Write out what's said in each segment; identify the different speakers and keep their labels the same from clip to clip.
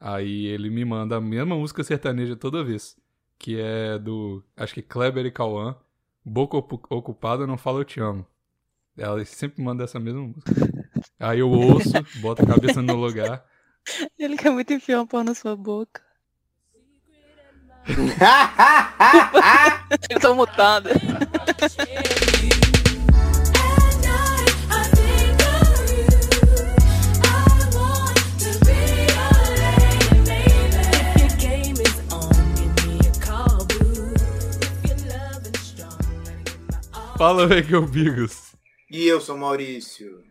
Speaker 1: Aí ele me manda a mesma música sertaneja toda vez. Que é do. Acho que Kleber e Cauã. Boca Ocu- Ocupada Não Fala Eu Te Amo. Ela sempre manda essa mesma música. Aí eu ouço, boto a cabeça no lugar.
Speaker 2: Ele quer muito enfiar um pau na sua boca. Eu
Speaker 3: tá
Speaker 2: tô mutada.
Speaker 1: Fala, velho, Bigos.
Speaker 3: E eu sou Maurício.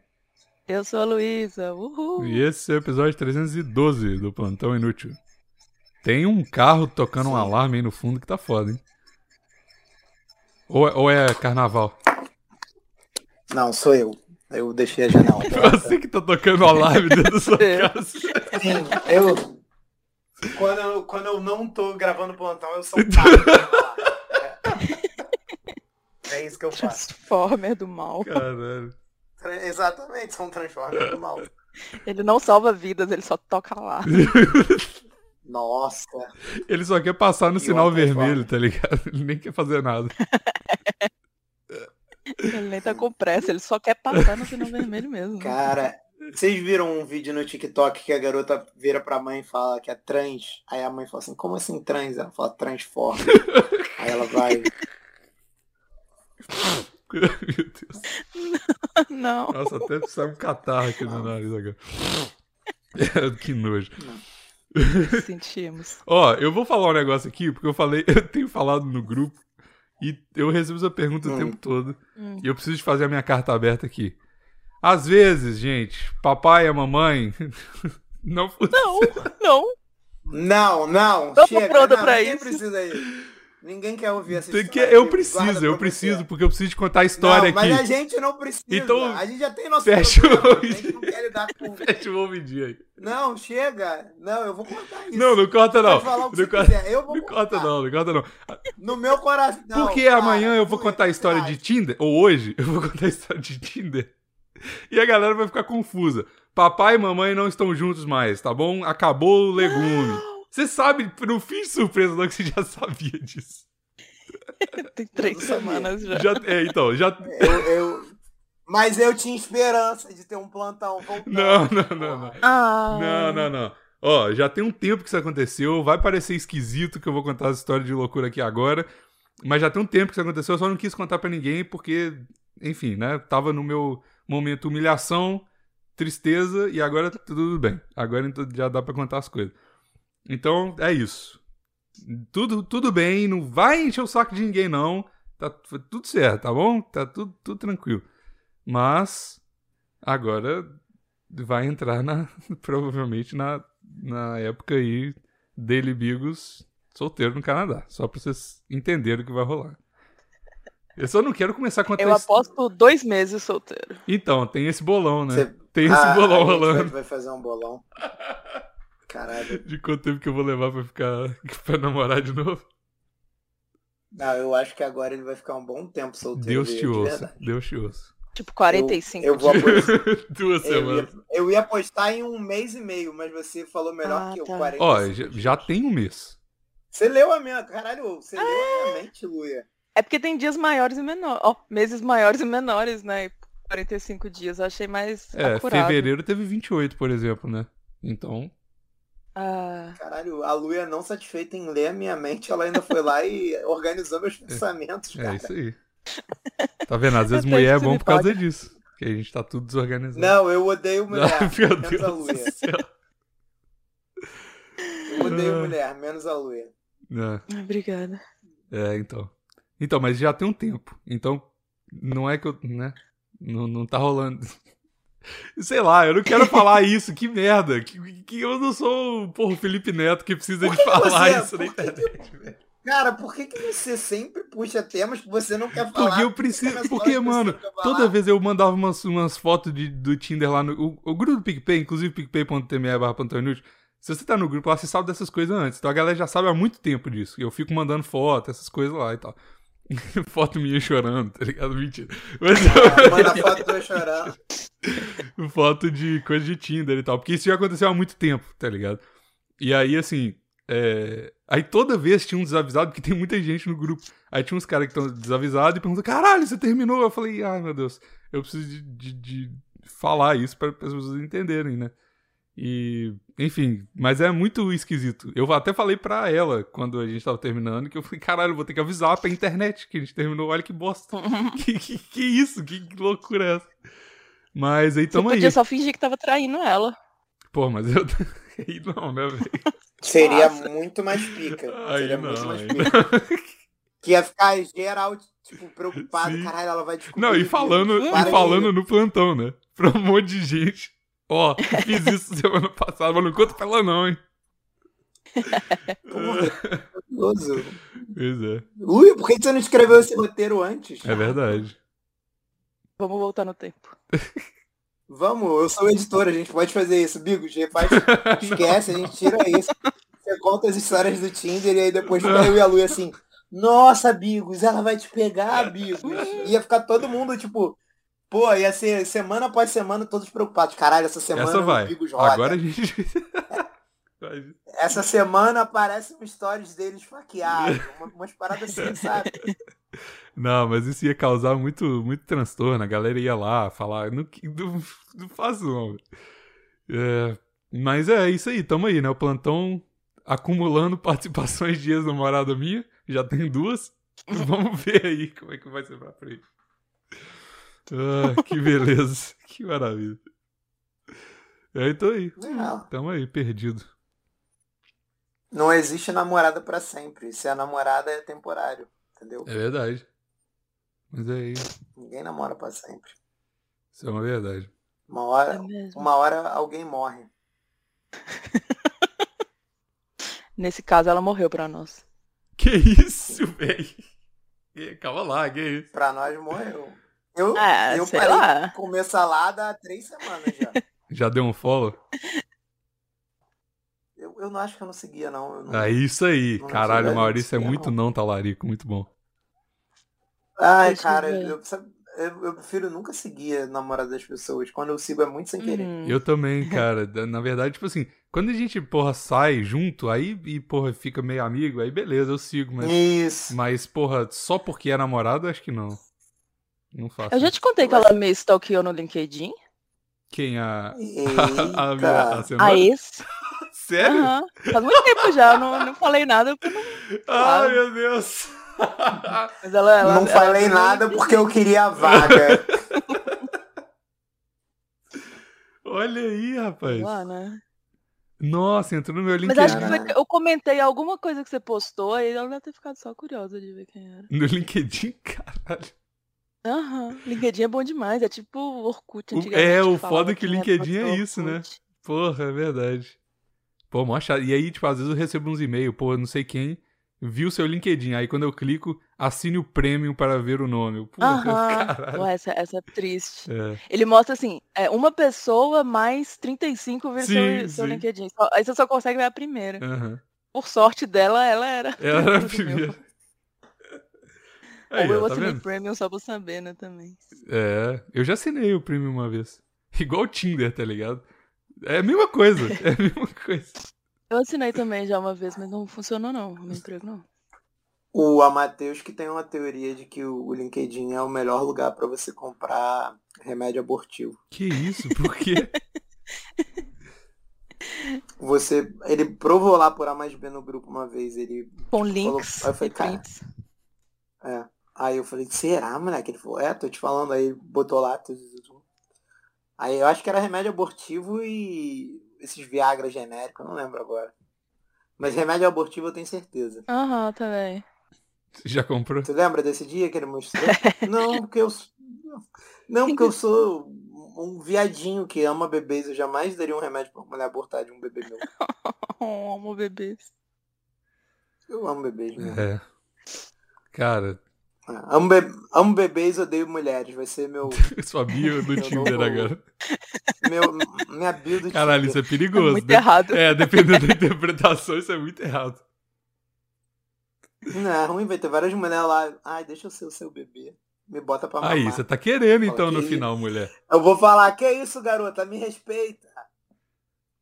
Speaker 2: Eu sou a Luísa. Uhul.
Speaker 1: E esse é o episódio 312 do Plantão Inútil. Tem um carro tocando um alarme aí no fundo que tá foda, hein? Ou é, ou é carnaval?
Speaker 3: Não, sou eu. Eu deixei a janela.
Speaker 1: Você que tá tocando alarme dentro da sua casa.
Speaker 3: Sim, eu. Quando eu, quando eu não tô gravando plantão, eu sou o cara. tá É isso que eu faço.
Speaker 2: Transformer do mal.
Speaker 1: Caralho.
Speaker 3: Tra- Exatamente, sou um transformer do mal.
Speaker 2: Ele não salva vidas, ele só toca lá.
Speaker 3: Nossa.
Speaker 1: Ele só quer passar no
Speaker 3: E
Speaker 1: sinal
Speaker 3: outra
Speaker 1: vermelho, tá ligado? Ele nem quer fazer nada.
Speaker 2: Ele nem tá com pressa, ele só quer passar no sinal vermelho mesmo.
Speaker 3: Cara, vocês viram um vídeo no TikTok que a garota vira pra mãe e fala que é trans? Aí a mãe fala assim, como assim trans? Ela fala, transforma. Aí ela vai.
Speaker 1: Meu Deus.
Speaker 2: Não.
Speaker 1: Nossa, até saiu um catarro aqui no nariz agora. que nojo.
Speaker 2: Sentimos.
Speaker 1: Ó, eu vou falar um negócio aqui, porque eu falei, eu tenho falado no grupo e eu recebo essa pergunta o
Speaker 3: Hum.
Speaker 1: tempo todo.
Speaker 2: Hum.
Speaker 1: E eu preciso de fazer a minha carta aberta aqui. Às vezes, gente, papai e a mamãe não funcionam.
Speaker 2: Não, não.
Speaker 3: Não, não,
Speaker 2: Tamo
Speaker 3: chega.
Speaker 2: pronto
Speaker 3: não,
Speaker 2: pra
Speaker 3: ninguém
Speaker 2: isso.
Speaker 3: precisa isso. Ninguém quer ouvir essa
Speaker 1: Tem
Speaker 3: história.
Speaker 1: que- Eu
Speaker 3: é Guarda
Speaker 1: preciso,
Speaker 3: pra
Speaker 1: eu
Speaker 3: você.
Speaker 1: preciso, porque eu preciso de contar a história
Speaker 3: não,
Speaker 1: aqui.
Speaker 3: Mas a gente não precisa.
Speaker 1: Então,
Speaker 3: a gente já tem nosso
Speaker 1: fecha o
Speaker 3: programa, A
Speaker 1: ouvido.
Speaker 3: gente não quer lidar com.
Speaker 1: Fecha o ouvido dia aí.
Speaker 3: Não, chega. Não, eu vou contar isso.
Speaker 1: Não, não corta não.
Speaker 3: Pode falar o que
Speaker 1: Não
Speaker 3: você
Speaker 1: corta-
Speaker 3: quiser. Eu vou
Speaker 1: não
Speaker 3: contar.
Speaker 1: corta não, não corta não.
Speaker 3: No meu coração. Não,
Speaker 1: Porque
Speaker 3: para,
Speaker 1: amanhã eu vou
Speaker 3: Luiz,
Speaker 1: contar a história
Speaker 3: para.
Speaker 1: de Tinder, ou hoje eu vou contar a história de Tinder. E a galera vai ficar confusa. Papai e mamãe não estão juntos mais, tá bom? Acabou o legume. Você sabe, não fiz surpresa não que você já sabia disso.
Speaker 2: Tem três
Speaker 3: Eu não sabia.
Speaker 2: semanas já.
Speaker 1: Já, é, então, já...
Speaker 3: Eu, eu- Mas eu tinha esperança de ter um plantão. voltando.
Speaker 1: Não, não, não, não.
Speaker 2: Ah.
Speaker 1: Não, não, não. Ó, já tem um tempo que isso aconteceu. Vai parecer esquisito que eu vou contar as histórias de loucura aqui agora. Mas já tem um tempo que isso aconteceu. Eu só não quis contar pra ninguém porque, enfim, né? Tava no meu momento humilhação, tristeza e agora tá tudo bem. Agora então já dá pra contar as coisas. Então, é isso. Tudo, tudo bem. Não vai encher o saco de ninguém, não. Tá foi tudo certo, tá bom? Tá tudo, tudo tranquilo. Mas, agora vai entrar na provavelmente na, na época aí dele Bigos solteiro no Canadá, só pra vocês entenderem o que vai rolar. Eu só não quero começar a contar
Speaker 2: Eu
Speaker 1: isso.
Speaker 2: aposto dois meses solteiro.
Speaker 1: Então, tem esse bolão, né?
Speaker 3: Você-
Speaker 1: Tem esse
Speaker 3: Ah,
Speaker 1: bolão
Speaker 3: a gente vai-
Speaker 1: rolando
Speaker 3: Vai fazer um bolão. Caralho.
Speaker 1: de quanto tempo que eu vou levar pra ficar pra namorar de novo.
Speaker 3: Não, eu acho que agora ele vai ficar um bom tempo solteiro.
Speaker 1: Deus te
Speaker 3: de
Speaker 1: ouça,
Speaker 3: verdade.
Speaker 1: Deus te ouça.
Speaker 2: Tipo, 45
Speaker 3: Eu vou apostar.
Speaker 1: Duas
Speaker 3: Eu
Speaker 1: semanas.
Speaker 3: ia, eu ia apostar em um mês e meio, mas você falou melhor
Speaker 2: Ah,
Speaker 3: que eu.
Speaker 2: tá.
Speaker 3: 40.
Speaker 1: Ó, já, já tem um mês.
Speaker 3: Você leu a minha. Caralho, você
Speaker 2: Ah,
Speaker 3: leu a minha mente, Luia.
Speaker 2: É porque tem dias maiores e menores. Ó, meses maiores e menores, né? E 45 dias, eu achei mais
Speaker 3: tá
Speaker 1: É,
Speaker 2: acurado.
Speaker 1: fevereiro teve 28, por exemplo, né? Então,
Speaker 2: Ah,
Speaker 3: Caralho, a Luia não satisfeita em ler a minha mente, ela ainda foi lá e organizou meus pensamentos,
Speaker 1: é
Speaker 3: cara.
Speaker 1: isso aí. Tá vendo? Às vezes
Speaker 2: Até
Speaker 1: mulher é
Speaker 2: isso
Speaker 1: bom
Speaker 2: me
Speaker 1: por causa disso. Porque a gente tá tudo desorganizado.
Speaker 3: Não, eu odeio
Speaker 1: Não,
Speaker 3: mulher.
Speaker 1: meu
Speaker 3: menos
Speaker 1: Deus
Speaker 3: a
Speaker 1: do
Speaker 3: Luia.
Speaker 1: céu. Ah.
Speaker 3: Eu odeio mulher, menos a Luia.
Speaker 1: Não,
Speaker 2: obrigada.
Speaker 1: Né? É, então. Então, mas já tem um tempo. Então, não é que eu. né? Não, não tá rolando. Sei lá, eu não quero falar isso, que merda. Que, que eu não sou o porra, Felipe Neto que precisa de falar
Speaker 3: você-
Speaker 1: isso na
Speaker 3: por que que-
Speaker 1: internet, velho.
Speaker 3: Cara, por que, que você sempre puxa temas que você não quer falar?
Speaker 1: Porque eu
Speaker 3: Fica
Speaker 1: preciso.
Speaker 3: nas
Speaker 1: Porque,
Speaker 3: horas que
Speaker 1: mano,
Speaker 3: você não quer
Speaker 1: toda
Speaker 3: falar.
Speaker 1: vez eu mandava umas, umas fotos de, do Tinder lá no. O, o grupo do PicPay, inclusive picpay.tme barra Plantão Inútil, Se você tá no grupo lá, você sabe dessas coisas antes. Então a galera já sabe há muito tempo disso. E eu fico mandando foto, essas coisas lá e tal. foto minha chorando, tá ligado? Mentira. Mas
Speaker 3: Ah, Manda foto do eu chorando.
Speaker 1: foto de coisa de Tinder e tal. Porque isso já aconteceu há muito tempo, tá ligado? E aí, assim. é, Aí toda vez tinha um desavisado, porque tem muita gente no grupo. Aí tinha uns caras que estão desavisados e perguntam: caralho, você terminou? Eu falei: ai meu Deus, eu preciso de, de- de falar isso para as pessoas entenderem, né? E, enfim, mas é muito esquisito. Eu até falei pra ela quando a gente tava terminando que eu falei: caralho, eu vou ter que avisar pra internet que a gente terminou. Olha que bosta. que, que, que isso? Que loucura é essa? Mas aí
Speaker 2: Você
Speaker 1: tamo aí.
Speaker 2: podia só fingir que tava traindo ela.
Speaker 1: Pô, mas eu. Aí não, né, velho?
Speaker 3: Seria
Speaker 2: Nossa.
Speaker 3: muito mais pica.
Speaker 1: Aí
Speaker 3: Seria
Speaker 1: não,
Speaker 3: muito mais
Speaker 1: aí
Speaker 3: pica. Que ia ficar geral, tipo, preocupado.
Speaker 1: Sim.
Speaker 3: Caralho, ela vai descobrir.
Speaker 1: Não, e falando,
Speaker 2: Hum.
Speaker 1: e
Speaker 3: Para
Speaker 1: falando
Speaker 3: aí.
Speaker 1: no plantão, né? Pra um monte de gente. Ó, fiz isso semana passada, mas não conta pra ela não, hein?
Speaker 3: Porra. Maravilhoso.
Speaker 1: pois é,
Speaker 3: Ui, por que você não escreveu esse roteiro antes?
Speaker 1: é verdade.
Speaker 2: Vamos voltar no tempo.
Speaker 3: Vamos, eu sou editor, a gente pode fazer isso. Bigos, faz, esquece, a gente tira isso. Você conta as histórias do Tinder e aí depois fica eu e a Lu assim. Nossa, Bigos, ela vai te pegar, Bigos. Ia ficar todo mundo, tipo, pô, ia ser semana após semana, todos preocupados. Caralho, essa semana
Speaker 1: Essa
Speaker 3: o
Speaker 1: vai.
Speaker 3: Bigos roda.
Speaker 1: Agora a gente. Vai.
Speaker 3: Essa semana aparecem stories deles faqueados. uma- umas paradas assim, sabe?
Speaker 1: não, mas isso ia causar muito, muito transtorno. A galera ia lá falar. Não, que- não, não faço, não. É, mas é isso aí, tamo aí, né? O plantão acumulando participações de ex-namorada minha. Já tem duas. Vamos ver aí como é que vai ser pra frente. Ah, que beleza. que maravilha. É, então aí.
Speaker 3: Não,
Speaker 1: Tamo aí, perdido.
Speaker 3: não existe namorada pra sempre. Se é namorada, é temporário. Entendeu?
Speaker 1: É verdade. Mas é isso.
Speaker 3: Ninguém namora pra sempre.
Speaker 1: Isso é uma verdade.
Speaker 3: Uma
Speaker 2: É
Speaker 3: hora,
Speaker 2: mesmo.
Speaker 3: uma hora alguém morre.
Speaker 2: Nesse caso, ela morreu pra nós.
Speaker 1: Que isso, velho? Ih, Calma lá, que isso?
Speaker 3: Pra nós morreu. Eu,
Speaker 2: Ah,
Speaker 3: eu
Speaker 2: sei
Speaker 3: parei
Speaker 2: lá.
Speaker 3: de comer salada há três semanas já.
Speaker 1: Já deu um follow?
Speaker 3: Eu, eu não acho que eu não seguia, não. Eu não-
Speaker 1: É isso aí.
Speaker 3: Não,
Speaker 1: Caralho,
Speaker 3: não,
Speaker 1: o Maurício é
Speaker 3: não.
Speaker 1: muito não talarico, muito bom.
Speaker 3: Ai,
Speaker 2: Deixa eu
Speaker 3: cara,
Speaker 2: ver.
Speaker 3: eu, sabe, eu, eu prefiro nunca seguir a namorada das pessoas. Quando eu sigo é muito sem querer.
Speaker 2: Hum.
Speaker 1: Eu também, cara. Da- Na verdade, tipo assim, quando a gente, porra, sai junto, aí, e, porra, fica meio amigo, aí beleza, eu sigo, mas.
Speaker 3: Isso.
Speaker 1: Mas, porra, só porque é namorado, acho que não. Não faço.
Speaker 2: Eu já te contei que ela me stalkeou no LinkedIn.
Speaker 1: Quem é a. A, a, a
Speaker 3: Eita.
Speaker 1: semana?
Speaker 2: A ex.
Speaker 1: Sério?
Speaker 2: Ah, Aham. Faz muito tempo já, eu não, não falei nada. porque não-
Speaker 1: Ai, meu Deus!
Speaker 2: Mas ela, ela-
Speaker 3: Não
Speaker 2: ela-
Speaker 3: falei nada porque eu queria a vaga.
Speaker 1: Olha aí, rapaz.
Speaker 2: Lá, né?
Speaker 1: Nossa, entrou no meu LinkedIn.
Speaker 2: Mas acho que foi
Speaker 3: Caralho.
Speaker 2: que eu comentei alguma coisa que você postou e ela deve ter ficado só curiosa de ver quem era.
Speaker 1: No LinkedIn, caralho.
Speaker 2: Aham. LinkedIn é bom demais, é tipo o Orkut
Speaker 1: O-
Speaker 2: antigamente.
Speaker 1: é, o
Speaker 2: falava
Speaker 1: foda que o
Speaker 2: quem era
Speaker 1: LinkedIn é
Speaker 2: postou
Speaker 1: isso, né?
Speaker 2: Orkut.
Speaker 1: Porra, é verdade. Pô, mó chato. E aí, tipo, às vezes eu recebo uns e-mails, pô, não sei quem viu seu LinkedIn. Aí quando eu clico, assine o premium para ver o nome. Eu, Porra,
Speaker 2: Aham.
Speaker 1: caralho.
Speaker 2: Ué, essa, essa é triste.
Speaker 1: É.
Speaker 2: Ele mostra assim, é uma pessoa mais 35 ver
Speaker 1: Sim,
Speaker 2: seu, seu
Speaker 1: sim.
Speaker 2: LinkedIn. Só- Aí você só consegue ver a primeira.
Speaker 1: aham. É
Speaker 2: Por sorte dela, ela era.
Speaker 1: Ela era a
Speaker 2: 35 mil.
Speaker 1: primeira. Aí,
Speaker 2: Ou eu
Speaker 1: ó, tá
Speaker 2: assinei
Speaker 1: vendo?
Speaker 2: premium só pra saber, né, também.
Speaker 1: É, eu já assinei o premium uma vez. Igual o Tinder, tá ligado? É a mesma coisa, é a mesma coisa.
Speaker 2: Eu assinei também já uma vez, mas não funcionou não, o meu emprego não.
Speaker 3: O Amateus que tem uma teoria de que o o LinkedIn é o melhor lugar pra você comprar remédio abortivo.
Speaker 1: Que isso, por quê?
Speaker 3: Você, ele provou lá por A mais B no grupo uma vez, ele,
Speaker 2: Com
Speaker 3: Falou-
Speaker 2: links
Speaker 3: Aí eu falei,
Speaker 2: e
Speaker 3: cara,
Speaker 2: prints.
Speaker 3: é. Aí eu falei, será, moleque? Ele falou, é, tô te falando, aí ele botou lá, tu, tu, tu. Aí eu acho que era remédio abortivo e esses Viagra genérico, eu não lembro agora. Mas remédio abortivo eu tenho certeza.
Speaker 2: Aham, tá também.
Speaker 1: Você já comprou?
Speaker 3: Tu lembra desse dia que ele mostrou? não, porque eu. s- Não, porque eu sou um viadinho que ama bebês. Eu jamais daria um remédio pra uma mulher abortar de um bebê meu.
Speaker 2: Oh, amo bebês.
Speaker 3: Eu amo bebês, meu.
Speaker 1: É. Cara,
Speaker 3: Ah, amo, be- amo bebês, odeio mulheres. Vai ser meu.
Speaker 1: sua bio do
Speaker 3: Eu
Speaker 1: Tinder
Speaker 3: não-
Speaker 1: agora.
Speaker 3: meu minha build do
Speaker 1: Caralho, isso
Speaker 3: Tinder.
Speaker 1: é
Speaker 2: É
Speaker 1: perigoso.
Speaker 2: muito
Speaker 1: né?
Speaker 2: errado.
Speaker 1: É, dependendo da interpretação, isso é muito errado.
Speaker 3: Não, é ruim, vai ter várias mulheres lá. Ai, deixa eu ser o seu bebê. Me bota pra mamar.
Speaker 1: Aí, você tá querendo então
Speaker 3: Fala
Speaker 1: no
Speaker 3: que-
Speaker 1: final, mulher.
Speaker 3: Eu vou falar, que isso, garota? Me respeita.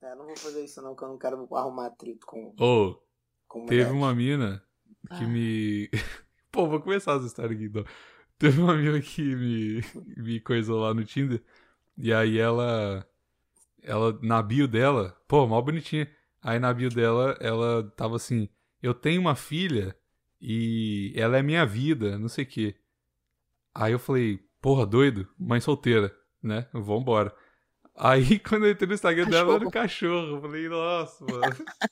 Speaker 3: É, não vou fazer isso não, que eu não quero arrumar atrito com,
Speaker 1: Ou,
Speaker 3: com
Speaker 1: teve
Speaker 3: mulheres.
Speaker 1: uma mina que
Speaker 2: Ah.
Speaker 1: me. Pô, vou começar as histórias aqui então. Teve uma mina que me, me coisou lá no Tinder. E aí ela. Ela, na bio dela. Pô, mal bonitinha. Aí na bio dela, ela tava assim: Eu tenho uma filha e ela é minha vida, não sei o quê. Aí eu falei: Porra, doido? Mãe solteira, né? Vambora. Aí quando eu entrei no Instagram dela, era um cachorro. Eu falei: Nossa, mano.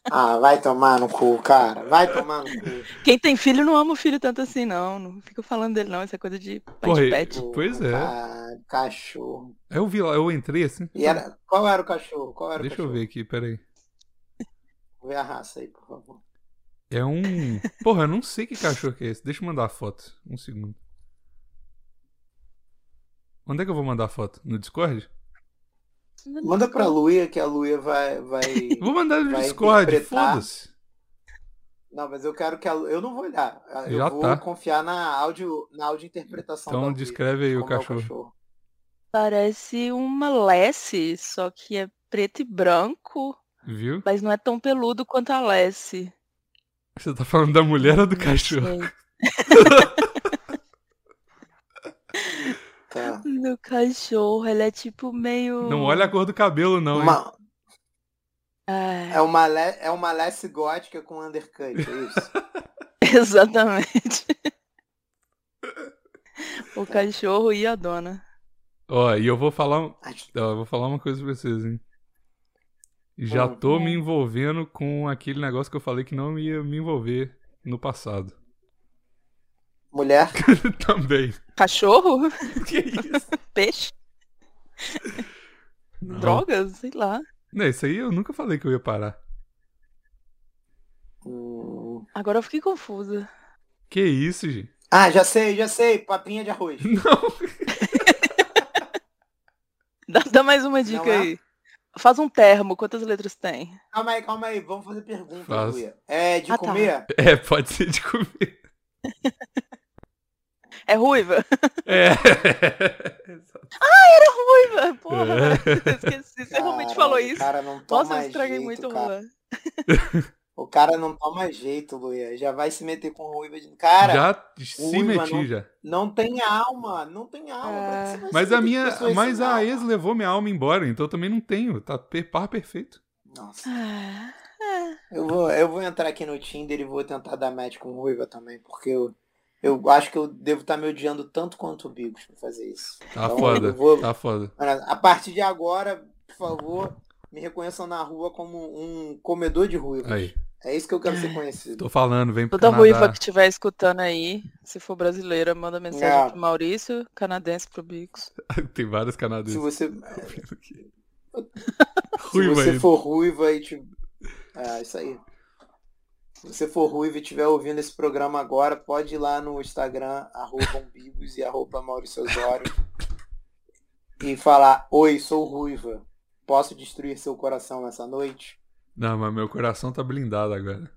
Speaker 3: Ah, vai tomar no cu, cara. Vai tomar no cu.
Speaker 2: Quem tem filho não ama o filho tanto assim, não. Não fica falando dele, não. Isso é coisa de pai de
Speaker 1: Porra,
Speaker 2: pet.
Speaker 1: Pois é.
Speaker 3: tipo, Ah, cachorro.
Speaker 1: Aí eu vi lá, eu entrei assim.
Speaker 3: E era... Qual era o cachorro? Qual era o
Speaker 1: Deixa eu
Speaker 3: cachorro?
Speaker 1: ver aqui, peraí.
Speaker 3: Vê a raça aí, por favor.
Speaker 1: É um. Porra, eu não sei que cachorro que é esse. Deixa eu mandar a foto. Um segundo. Onde é que eu vou mandar a foto? No Discord?
Speaker 2: é
Speaker 3: Manda pra um. Luia, que a Luia vai... vai...
Speaker 1: Vou mandar no
Speaker 3: Vai
Speaker 1: Discord,
Speaker 3: interpretar.
Speaker 1: foda-se.
Speaker 3: Não, mas eu quero que a Lu... Eu não vou olhar. Eu
Speaker 1: Já
Speaker 3: vou
Speaker 1: tá.
Speaker 3: confiar na áudio, na áudio interpretação da
Speaker 1: Então
Speaker 3: Luia,
Speaker 1: descreve aí
Speaker 3: de
Speaker 1: o
Speaker 3: como é
Speaker 1: cachorro.
Speaker 2: Parece uma Lessie, só que é preto e branco,
Speaker 1: Viu?
Speaker 2: mas não é tão peludo quanto a Lessie.
Speaker 1: Você tá falando da mulher ou do cachorro?
Speaker 3: Tá.
Speaker 2: Meu cachorro, ele é tipo meio.
Speaker 1: Não olha a cor do cabelo, não, hein?
Speaker 3: Uma-
Speaker 2: É,
Speaker 3: É uma, le... é uma less gótica com undercut, é isso?
Speaker 2: exatamente. o cachorro e a dona.
Speaker 1: Ó, e eu vou falar. um-
Speaker 3: Ai,
Speaker 1: Ó, eu vou falar uma coisa pra vocês, hein? Já
Speaker 3: Hum.
Speaker 1: tô me envolvendo com aquele negócio que eu falei que não ia me envolver no passado.
Speaker 3: Mulher,
Speaker 1: Também.
Speaker 2: Cachorro?
Speaker 1: Que isso?
Speaker 2: Peixe?
Speaker 1: Não.
Speaker 2: Drogas? Sei lá.
Speaker 1: Não, isso aí eu nunca falei que eu ia parar.
Speaker 3: hum,
Speaker 2: Agora eu fiquei confusa.
Speaker 1: Que isso, gente?
Speaker 3: Ah, já sei, já sei, papinha de arroz.
Speaker 1: Não.
Speaker 2: Dá, dá mais uma dica
Speaker 3: é?
Speaker 2: aí. Faz um termo, quantas letras tem?
Speaker 3: Calma aí, calma aí, vamos fazer pergunta,
Speaker 1: Faz.
Speaker 3: Luia. É de
Speaker 2: Ah, tá.
Speaker 3: comer?
Speaker 1: É, pode ser de comer.
Speaker 2: É ruiva?
Speaker 1: É.
Speaker 2: Ruiva, porra.
Speaker 1: É.
Speaker 2: Eu Esqueci, você realmente
Speaker 3: Caralho,
Speaker 2: falou
Speaker 3: O
Speaker 2: isso?
Speaker 3: cara não toma
Speaker 2: Nossa, eu estraguei
Speaker 3: jeito,
Speaker 2: muito o
Speaker 3: cara.
Speaker 2: rolê.
Speaker 3: O cara não toma jeito, Luia. Já vai se meter com ruiva de... Cara,
Speaker 1: já se
Speaker 3: ruiva,
Speaker 1: meti
Speaker 3: não.
Speaker 1: já.
Speaker 3: não tem alma, não tem alma.
Speaker 2: É.
Speaker 3: pra que você vai
Speaker 1: Mas
Speaker 3: se
Speaker 1: a
Speaker 3: meter
Speaker 1: minha.
Speaker 3: com pessoas
Speaker 1: Mas
Speaker 3: sem
Speaker 1: a
Speaker 3: alma?
Speaker 1: ex levou minha alma embora, então eu também não tenho. Tá per- par perfeito.
Speaker 3: Nossa,
Speaker 2: Ah,
Speaker 3: eu vou, eu vou entrar aqui no Tinder e vou tentar dar match com ruiva também, porque eu... Eu acho que eu devo estar me odiando tanto quanto o Bigos pra fazer isso.
Speaker 1: Tá
Speaker 3: Então,
Speaker 1: foda.
Speaker 3: eu vou-
Speaker 1: Tá foda.
Speaker 3: Olha, A partir de agora, por favor, me reconheçam na rua como um comedor de ruivas.
Speaker 1: Aí.
Speaker 3: É isso que eu quero ser conhecido.
Speaker 1: Tô falando, vem pro
Speaker 2: Toda
Speaker 1: Canadá.
Speaker 2: ruiva que estiver escutando aí, se for brasileira, manda mensagem
Speaker 3: É.
Speaker 2: pro Maurício, canadense pro Bicos.
Speaker 1: Tem vários
Speaker 3: Se
Speaker 1: canadenses.
Speaker 3: você, se
Speaker 1: Ruiva
Speaker 3: você
Speaker 1: aí.
Speaker 3: for ruiva e tiver. É, isso aí. Se você for ruiva e estiver ouvindo esse programa agora, pode ir lá no Instagram, arroba umbigos e arroba Maurício Osório. E falar, oi, sou ruiva. Posso destruir seu coração essa noite?
Speaker 1: Não, mas meu coração tá blindado agora.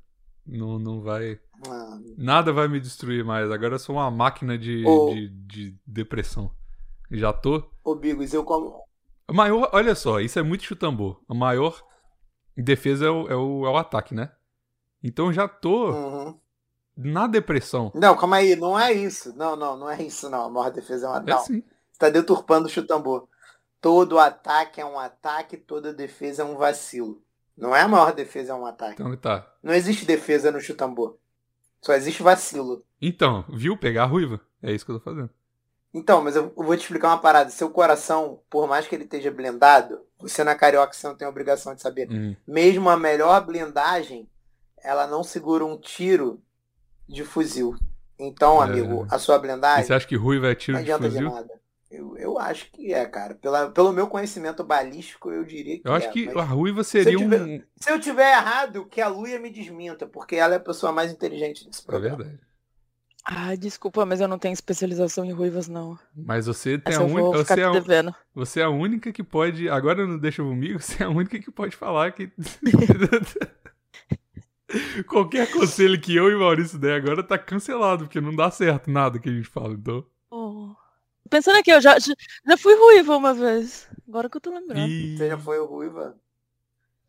Speaker 1: Não, não vai.
Speaker 3: Ah,
Speaker 1: Nada vai me destruir mais. Agora eu sou uma máquina de,
Speaker 3: Ô.
Speaker 1: de, de depressão. Já tô.
Speaker 3: Ô Bigos, eu como.
Speaker 1: A maior, olha só, isso é muito chutambô. A maior defesa é o, é o, é o ataque, né? Então eu já tô
Speaker 3: Uhum.
Speaker 1: na depressão.
Speaker 3: Não, calma aí, não é isso. Não, não, não é isso não. A maior defesa é uma.
Speaker 1: É
Speaker 3: Não,
Speaker 1: assim.
Speaker 3: você tá deturpando o chutambô. Todo ataque é um ataque, toda defesa é um vacilo. Não é a maior defesa é um ataque.
Speaker 1: Então tá.
Speaker 3: Não existe defesa no chutambô. Só existe vacilo.
Speaker 1: Então, viu? Pegar a ruiva. É isso que eu tô fazendo.
Speaker 3: Então, mas eu eu vou te explicar uma parada. Seu coração, por mais que ele esteja blindado, você na carioca você não tem a obrigação de saber.
Speaker 1: Hum.
Speaker 3: Mesmo a melhor blindagem, ela não segura um tiro de fuzil. Então,
Speaker 1: É.
Speaker 3: amigo, a sua
Speaker 1: E
Speaker 3: blindagem.
Speaker 1: você acha que ruiva é tiro
Speaker 3: Não
Speaker 1: de
Speaker 3: adianta de
Speaker 1: fuzil?
Speaker 3: nada. Eu, eu acho que é, cara. Pela, pelo meu conhecimento balístico, eu diria que
Speaker 1: Eu acho
Speaker 3: é,
Speaker 1: que
Speaker 3: mas
Speaker 1: a ruiva seria
Speaker 3: Se eu
Speaker 1: um.
Speaker 3: Se eu tiver errado, que a Luia me desminta, porque ela é a pessoa mais inteligente desse
Speaker 1: É
Speaker 3: programa.
Speaker 1: verdade.
Speaker 2: Ah, desculpa, mas eu não tenho especialização em ruivas, não.
Speaker 1: Mas você tem
Speaker 2: Essa
Speaker 1: a
Speaker 2: eu vou
Speaker 1: única.
Speaker 2: ficar
Speaker 1: Você, é
Speaker 2: te
Speaker 1: a-
Speaker 2: devendo.
Speaker 1: você é a única que pode. Agora não deixa comigo, você é a única que pode falar que. Qualquer conselho que eu e o Maurício der agora tá cancelado, porque não dá certo nada que a gente fala, então.
Speaker 2: Oh. Pensando aqui, eu É. já, já já fui ruiva uma vez. Agora que eu tô lembrando.
Speaker 1: E...
Speaker 3: Você já foi o Ruiva?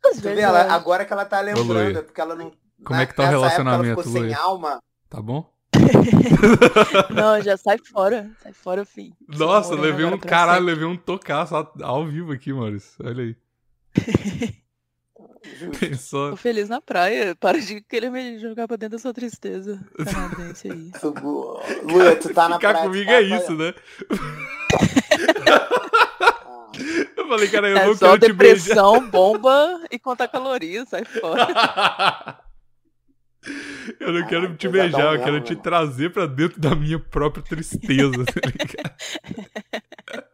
Speaker 2: Às
Speaker 3: Tu
Speaker 2: vezes.
Speaker 3: vê, ela-
Speaker 2: é.
Speaker 3: agora que ela tá
Speaker 1: Ô,
Speaker 3: lembrando,
Speaker 1: Luí,
Speaker 3: é porque ela não.
Speaker 1: como
Speaker 3: na-
Speaker 1: é que tá o
Speaker 3: nessa época
Speaker 1: relacionamento,
Speaker 3: Ela ficou sem
Speaker 1: Luí?
Speaker 3: alma.
Speaker 1: Tá bom?
Speaker 2: Não, já sai fora. Sai fora, filho.
Speaker 1: Nossa,
Speaker 2: Namorando
Speaker 1: levei um
Speaker 2: agora pra
Speaker 1: caralho, levei um tocaço a- ao vivo aqui, Maurício. Olha aí.
Speaker 2: Tô
Speaker 3: Justo.
Speaker 1: Pensou.
Speaker 2: feliz na praia. Para de querer me jogar pra dentro da sua tristeza. Canadense aí.
Speaker 3: Luia, tu tá na
Speaker 1: Ficar
Speaker 3: praia, tu
Speaker 1: comigo
Speaker 3: tá
Speaker 1: é
Speaker 3: apanhando.
Speaker 1: isso, né?
Speaker 3: Ah.
Speaker 1: Eu falei, cara, eu
Speaker 2: é
Speaker 1: não
Speaker 2: só
Speaker 1: quero te beijar.
Speaker 2: depressão, bomba e contar calorias. Sai fora.
Speaker 1: Eu não quero
Speaker 3: Caralho,
Speaker 1: te
Speaker 3: pesadão
Speaker 1: beijar, eu
Speaker 3: mesmo,
Speaker 1: quero
Speaker 3: meu
Speaker 1: te
Speaker 3: irmão.
Speaker 1: trazer pra dentro da minha própria tristeza, tá ligado?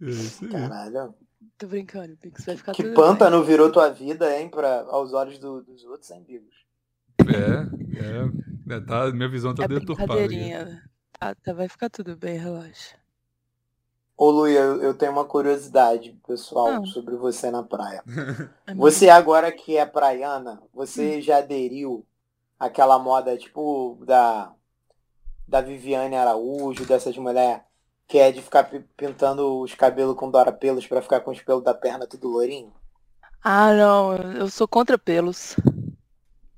Speaker 1: É isso aí.
Speaker 3: Caralho.
Speaker 2: Tô brincando, Pix. Vai ficar
Speaker 3: Que
Speaker 2: Tá
Speaker 3: né?
Speaker 2: tudo
Speaker 3: pântano virou tua vida, hein, pra, aos olhos do- dos outros, hein, Bigos?
Speaker 1: É, é, tá, minha visão tá
Speaker 2: bem. É
Speaker 1: deturpada. aqui.
Speaker 2: brincadeirinha. Tá, tá, vai ficar tudo bem, relaxa.
Speaker 3: Ô, Luia, eu, eu tenho uma curiosidade pessoal
Speaker 2: Ah.
Speaker 3: sobre você na praia.
Speaker 2: Amigo.
Speaker 3: Você agora que é praiana, você já aderiu àquela moda, tipo, da, da Viviane Araújo, dessas mulheres, que é de ficar pi- pintando os cabelos com Dora Pelos pra ficar com os pelos da perna tudo lourinho?
Speaker 2: Ah, não. Eu sou contra pelos.